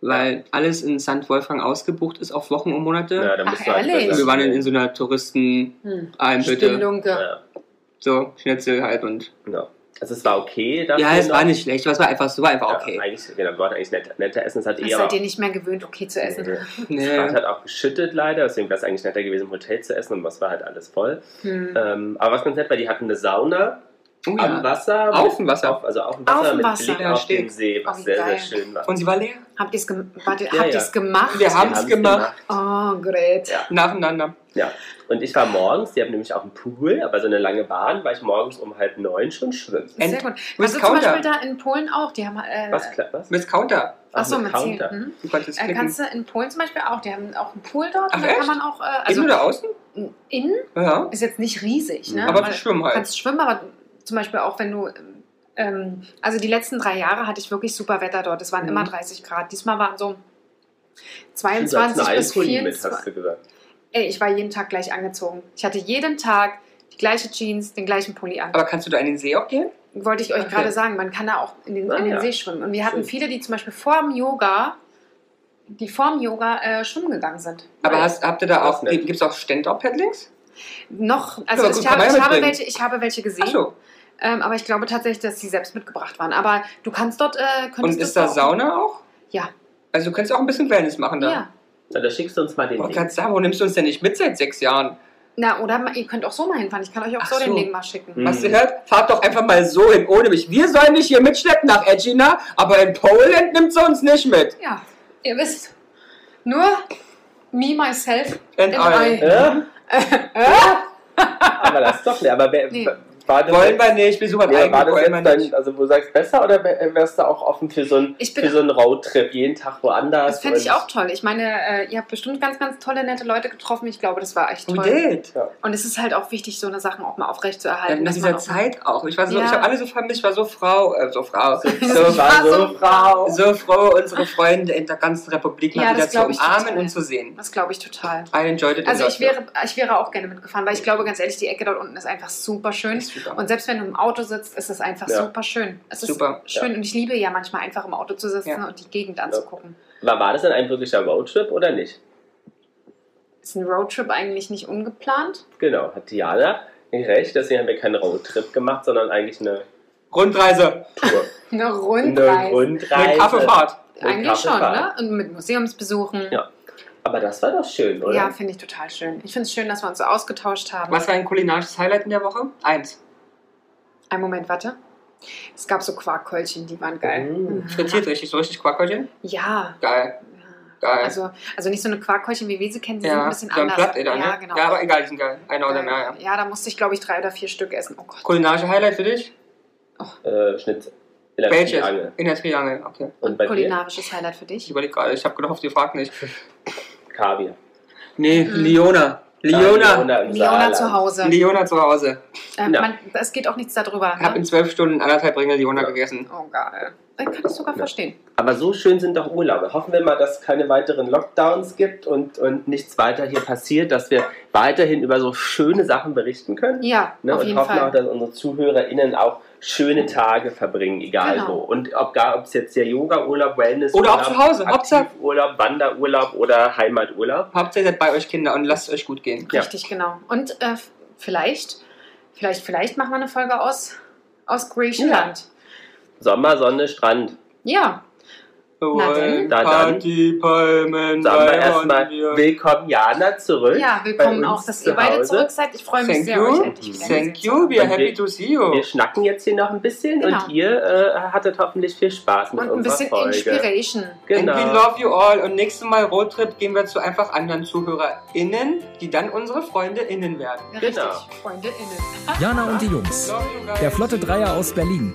Speaker 3: weil alles in St. Wolfgang ausgebucht ist auf Wochen und Monate.
Speaker 1: Ja, da
Speaker 2: Ach,
Speaker 1: musst du halt
Speaker 2: ehrlich?
Speaker 1: besser-
Speaker 3: Wir waren in, in so einer Touristen
Speaker 2: Hm.
Speaker 3: Almhütte,
Speaker 2: Stilllunke.
Speaker 1: Ja,
Speaker 3: so Schnitzel halt und
Speaker 1: genau. Also es war okay. dafür
Speaker 3: ja, es war
Speaker 1: noch.
Speaker 3: nicht schlecht, aber es war einfach, es war einfach
Speaker 1: genau. Ja,
Speaker 3: okay.
Speaker 1: eigentlich, genau, wir wollten eigentlich netter, netter essen. Es hat
Speaker 2: Das
Speaker 1: eher
Speaker 2: seid ihr nicht mehr gewöhnt, okay zu essen.
Speaker 3: Nee.
Speaker 1: Es halt war- es hat auch geschüttet leider, deswegen wäre es eigentlich netter gewesen, im Hotel zu essen, aber es war halt alles voll.
Speaker 2: Hm.
Speaker 1: Ähm, aber was ganz nett war, die hatten eine Sauna
Speaker 3: Oh,
Speaker 1: am
Speaker 3: ja.
Speaker 1: Wasser.
Speaker 3: Auf dem Wasser.
Speaker 1: Auf, also auf dem
Speaker 2: Auf
Speaker 1: Wasser
Speaker 2: dem
Speaker 1: mit
Speaker 2: Wasser.
Speaker 1: Blick
Speaker 3: Ja,
Speaker 1: auf
Speaker 3: steht.
Speaker 1: den See, was
Speaker 2: Oh, wie
Speaker 1: sehr, sehr
Speaker 2: geil.
Speaker 1: schön war.
Speaker 3: Und sie war leer.
Speaker 2: Habt ihr es gem warte,
Speaker 1: Ja,
Speaker 2: habt
Speaker 1: ja.
Speaker 2: ihr's gemacht?
Speaker 3: Wir haben
Speaker 1: Wir
Speaker 3: es
Speaker 1: haben's
Speaker 3: gemacht.
Speaker 2: Oh, great.
Speaker 1: Ja.
Speaker 3: Nacheinander.
Speaker 1: Und ich war morgens, die haben nämlich auch einen Pool, aber so eine lange Bahn, war ich morgens um halb neun schon schwimmen.
Speaker 2: Sehr
Speaker 3: And-
Speaker 2: gut.
Speaker 3: Miss
Speaker 2: Also zum
Speaker 3: Counter.
Speaker 2: Beispiel da in Polen auch, die haben äh,
Speaker 1: Was klappt was?
Speaker 3: Miss Counter.
Speaker 2: Achso,
Speaker 1: mit
Speaker 2: mit zehn.
Speaker 1: Counter.
Speaker 2: Mhm.
Speaker 3: Du konntest
Speaker 2: Äh,
Speaker 3: klicken.
Speaker 2: kannst du in Polen zum Beispiel auch, die haben auch einen Pool dort
Speaker 3: Ach,
Speaker 2: und da
Speaker 3: echt?
Speaker 2: kann man auch, äh, also
Speaker 3: Innen oder außen?
Speaker 2: innen
Speaker 3: Ja.
Speaker 2: ist jetzt nicht riesig, ne?
Speaker 1: Mhm.
Speaker 3: Aber
Speaker 2: Man
Speaker 3: wir schwimmen
Speaker 2: Du
Speaker 3: halt.
Speaker 2: kannst schwimmen, aber zum Beispiel auch, wenn du ähm, Ähm, also die letzten drei Jahre hatte ich wirklich super Wetter dort. Es waren
Speaker 3: Mhm.
Speaker 2: immer 30 Grad. Diesmal waren so
Speaker 1: Du sollst
Speaker 2: 22
Speaker 1: eine
Speaker 2: bis
Speaker 1: Alkohol mit,
Speaker 2: 24.
Speaker 1: hast du gesagt.
Speaker 2: Ey, ich war jeden Tag gleich angezogen. Ich hatte jeden Tag die gleiche Jeans, den gleichen Pulli an.
Speaker 3: Aber kannst du da in den See auch gehen?
Speaker 2: Wollte ich euch
Speaker 3: Okay.
Speaker 2: gerade sagen, man kann da auch in den,
Speaker 1: Ah,
Speaker 2: in den
Speaker 1: ja.
Speaker 2: See schwimmen. Und wir hatten
Speaker 1: Schön.
Speaker 2: viele, die zum Beispiel vorm Yoga, die vorm Yoga äh, schwimmen gegangen sind.
Speaker 3: Aber
Speaker 1: Nein.
Speaker 3: hast, habt ihr da
Speaker 1: Das
Speaker 3: auch,
Speaker 1: nicht.
Speaker 3: gibt es auch Stand-Up-Paddlings?
Speaker 2: Noch, also
Speaker 3: Ja,
Speaker 2: ich,
Speaker 3: gut,
Speaker 2: habe,
Speaker 3: kann man
Speaker 2: ich,
Speaker 3: ja
Speaker 2: habe
Speaker 3: mitbringen.
Speaker 2: welche, ich habe welche gesehen,
Speaker 3: Achso.
Speaker 2: ähm, aber ich glaube tatsächlich, dass die selbst mitgebracht waren. Aber du kannst dort. Äh, könntest
Speaker 3: Und ist
Speaker 2: du
Speaker 3: da
Speaker 2: auch-
Speaker 3: Sauna auch?
Speaker 2: Ja.
Speaker 3: Also du könntest auch ein bisschen Wellness machen da.
Speaker 2: Ja.
Speaker 1: Na, da schickst du uns mal den
Speaker 3: Oh,
Speaker 1: Link.
Speaker 3: kannst sagen, warum nimmst du uns denn nicht mit seit sechs Jahren?
Speaker 2: Na, oder ma- ihr könnt auch so mal hinfahren. Ich kann euch auch
Speaker 3: Ach
Speaker 2: so, den
Speaker 3: so. Hm.
Speaker 2: Link mal schicken.
Speaker 1: Mhm.
Speaker 3: Hast du gehört? Fahrt doch einfach mal so hin ohne mich. Wir sollen dich hier mitschleppen nach Edgina, aber in Poland nimmt sie uns nicht mit.
Speaker 2: Ja, ihr wisst. Nur me, myself
Speaker 3: And
Speaker 2: and
Speaker 3: I.
Speaker 2: I.
Speaker 1: Ja? Äh? aber das ist doch nicht. Aber wer,
Speaker 2: Nee.
Speaker 1: war das
Speaker 3: Wollen
Speaker 1: jetzt-
Speaker 3: wir nicht, wir suchen
Speaker 1: ja,
Speaker 3: einen
Speaker 1: war das
Speaker 3: wollen wir
Speaker 1: jetzt
Speaker 3: nicht.
Speaker 1: dann, also wo du sagst besser oder wär- wärst du auch offen für so einen,
Speaker 2: Ich bin-
Speaker 1: für so einen Roadtrip, jeden Tag woanders?
Speaker 2: Das fände ich
Speaker 1: Und-
Speaker 2: auch toll. Ich meine, äh, ihr habt bestimmt ganz, ganz tolle, nette Leute getroffen. Ich glaube, das war echt
Speaker 3: We
Speaker 2: toll.
Speaker 3: did.
Speaker 2: Und es ist halt auch wichtig, so eine Sachen auch mal
Speaker 3: Ja,
Speaker 2: aufrechtzuerhalten.
Speaker 3: in
Speaker 2: dass
Speaker 3: dieser
Speaker 2: man auch-
Speaker 3: Zeit auch. Ich war so,
Speaker 2: Ja.
Speaker 3: ich habe alle so vermisst, ich war so Frau, äh, so Frau, so,
Speaker 1: Ich war so Frau.
Speaker 3: so froh, unsere Freunde in der ganzen Republik mal
Speaker 2: Ja,
Speaker 3: wieder
Speaker 2: das
Speaker 3: zu
Speaker 2: glaub ich
Speaker 3: umarmen
Speaker 2: total.
Speaker 3: und zu sehen.
Speaker 2: Das glaube ich total.
Speaker 3: I enjoyed it.
Speaker 2: Also
Speaker 3: a
Speaker 2: ich
Speaker 3: lot.
Speaker 2: wäre, ich wäre auch gerne mitgefahren, weil ich glaube, ganz ehrlich, die Ecke dort unten ist einfach super schön.
Speaker 3: Ist super.
Speaker 2: Und selbst wenn du im Auto sitzt, ist es einfach
Speaker 1: Ja.
Speaker 2: super schön. Es ist
Speaker 3: Super,
Speaker 2: schön
Speaker 1: ja.
Speaker 2: und ich liebe ja manchmal einfach im Auto zu sitzen
Speaker 3: Ja.
Speaker 2: und die Gegend anzugucken.
Speaker 1: War, war das denn ein wirklicher Roadtrip oder nicht?
Speaker 2: Ist ein Roadtrip eigentlich nicht ungeplant?
Speaker 1: Genau, hat Diana nicht recht, deswegen haben wir keinen Roadtrip gemacht, sondern eigentlich eine
Speaker 3: Rundreise,
Speaker 1: Tour.
Speaker 2: Eine
Speaker 1: eine
Speaker 2: Rundreise.
Speaker 1: Rundreise.
Speaker 3: eine Kaffeefahrt.
Speaker 2: Eigentlich schon, ne?
Speaker 1: Kaffeefahrt.
Speaker 2: Und mit Museumsbesuchen.
Speaker 1: Ja, Aber das war doch schön, oder?
Speaker 2: Ja, finde ich total schön. Ich finde es schön, dass wir uns so ausgetauscht haben.
Speaker 3: Was war ein kulinarisches Highlight in der Woche? Eins.
Speaker 2: Ein Moment, warte. Es gab so Quarkköllchen, die waren geil. Mhm.
Speaker 1: Mm.
Speaker 3: Frittiert richtig, so richtig Quackerchen.
Speaker 2: Ja.
Speaker 3: Geil. Geil.
Speaker 2: Also, also nicht so eine Quarkköllchen, wie wir sie kennen, die sind ein
Speaker 3: Ja,
Speaker 2: bisschen
Speaker 3: so ein
Speaker 2: anders.
Speaker 3: Platteder, ne?
Speaker 2: Ja, genau.
Speaker 3: ja, aber egal, die sind geil. Einer oder mehr, ja.
Speaker 2: ja, da musste ich, glaube ich, drei oder vier Stück essen. Oh Gott.
Speaker 3: Kulinarische Highlight für dich?
Speaker 1: Äh, Schnitzel. In der
Speaker 3: Welches?
Speaker 1: Triangel.
Speaker 3: In der Triangel, okay.
Speaker 1: Und bei dir?
Speaker 2: kulinarisches Highlight für
Speaker 3: Ich
Speaker 2: dich?
Speaker 3: überlege gerade, ich habe gehofft, ihr fragt nicht.
Speaker 1: Kaviar.
Speaker 3: Nee,
Speaker 2: Mhm.
Speaker 3: Leona.
Speaker 1: Ja,
Speaker 3: Leona.
Speaker 1: im
Speaker 2: Leona
Speaker 1: Saarland.
Speaker 2: zu Hause.
Speaker 3: Leona zu Hause.
Speaker 2: Ähm,
Speaker 1: Ja.
Speaker 2: man, es geht auch nichts darüber.
Speaker 3: Ich habe in
Speaker 2: Ne?
Speaker 3: zwölf Stunden anderthalb Ringe Leona gegessen.
Speaker 2: Oh, geil. Dann kann ich sogar
Speaker 1: Ja.
Speaker 2: verstehen.
Speaker 1: Aber so schön sind doch Urlaube. Hoffen wir mal, dass es keine weiteren Lockdowns gibt und, und nichts weiter hier passiert, dass wir weiterhin über so schöne Sachen berichten können.
Speaker 2: Ja,
Speaker 1: Ne?
Speaker 2: auf
Speaker 1: Und
Speaker 2: jeden
Speaker 1: hoffen auch,
Speaker 2: Fall.
Speaker 1: dass unsere ZuhörerInnen auch schöne Tage verbringen, egal
Speaker 2: Genau.
Speaker 1: wo. Und ob gar, ob es jetzt der Yoga-Urlaub, Wellness
Speaker 3: Oder auch zu Hause, Hauptsache.
Speaker 1: Aktivurlaub, Wanderurlaub oder Heimaturlaub.
Speaker 3: Hauptsache seid bei euch Kinder und lasst es euch gut gehen.
Speaker 1: ja.
Speaker 2: Richtig, genau. Und äh, vielleicht, vielleicht, vielleicht machen wir eine Folge aus, aus Griechenland.
Speaker 1: Sommer, Sonne, Strand.
Speaker 2: Ja. Na dann.
Speaker 3: Wollen
Speaker 1: Na dann.
Speaker 3: die Palmen
Speaker 1: Sagen wir
Speaker 3: bei
Speaker 1: erstmal
Speaker 3: Hondier.
Speaker 1: willkommen Jana
Speaker 2: ja,
Speaker 1: zurück.
Speaker 2: willkommen
Speaker 1: bei uns
Speaker 2: auch, dass
Speaker 1: zu
Speaker 2: ihr beide
Speaker 1: Hause.
Speaker 2: zurück seid. Ich freue mich
Speaker 3: Thank
Speaker 2: sehr,
Speaker 3: you.
Speaker 2: euch endlich wieder
Speaker 3: Thank you, we are
Speaker 1: Und wir-
Speaker 3: happy to see you.
Speaker 1: Wir schnacken jetzt hier noch ein bisschen
Speaker 2: Genau.
Speaker 1: und ihr äh, hattet hoffentlich viel Spaß mit
Speaker 2: Und ein
Speaker 1: unserer
Speaker 2: bisschen
Speaker 1: Folge.
Speaker 2: Inspiration.
Speaker 3: And we
Speaker 1: Genau.
Speaker 3: love you all. Und nächstes Mal Roadtrip gehen wir zu einfach anderen ZuhörerInnen, die dann unsere FreundeInnen werden.
Speaker 2: Ja,
Speaker 1: Genau.
Speaker 2: Richtig, FreundeInnen.
Speaker 4: Jana und die Jungs.
Speaker 3: Love you guys.
Speaker 4: Der Flotte Dreier aus Berlin.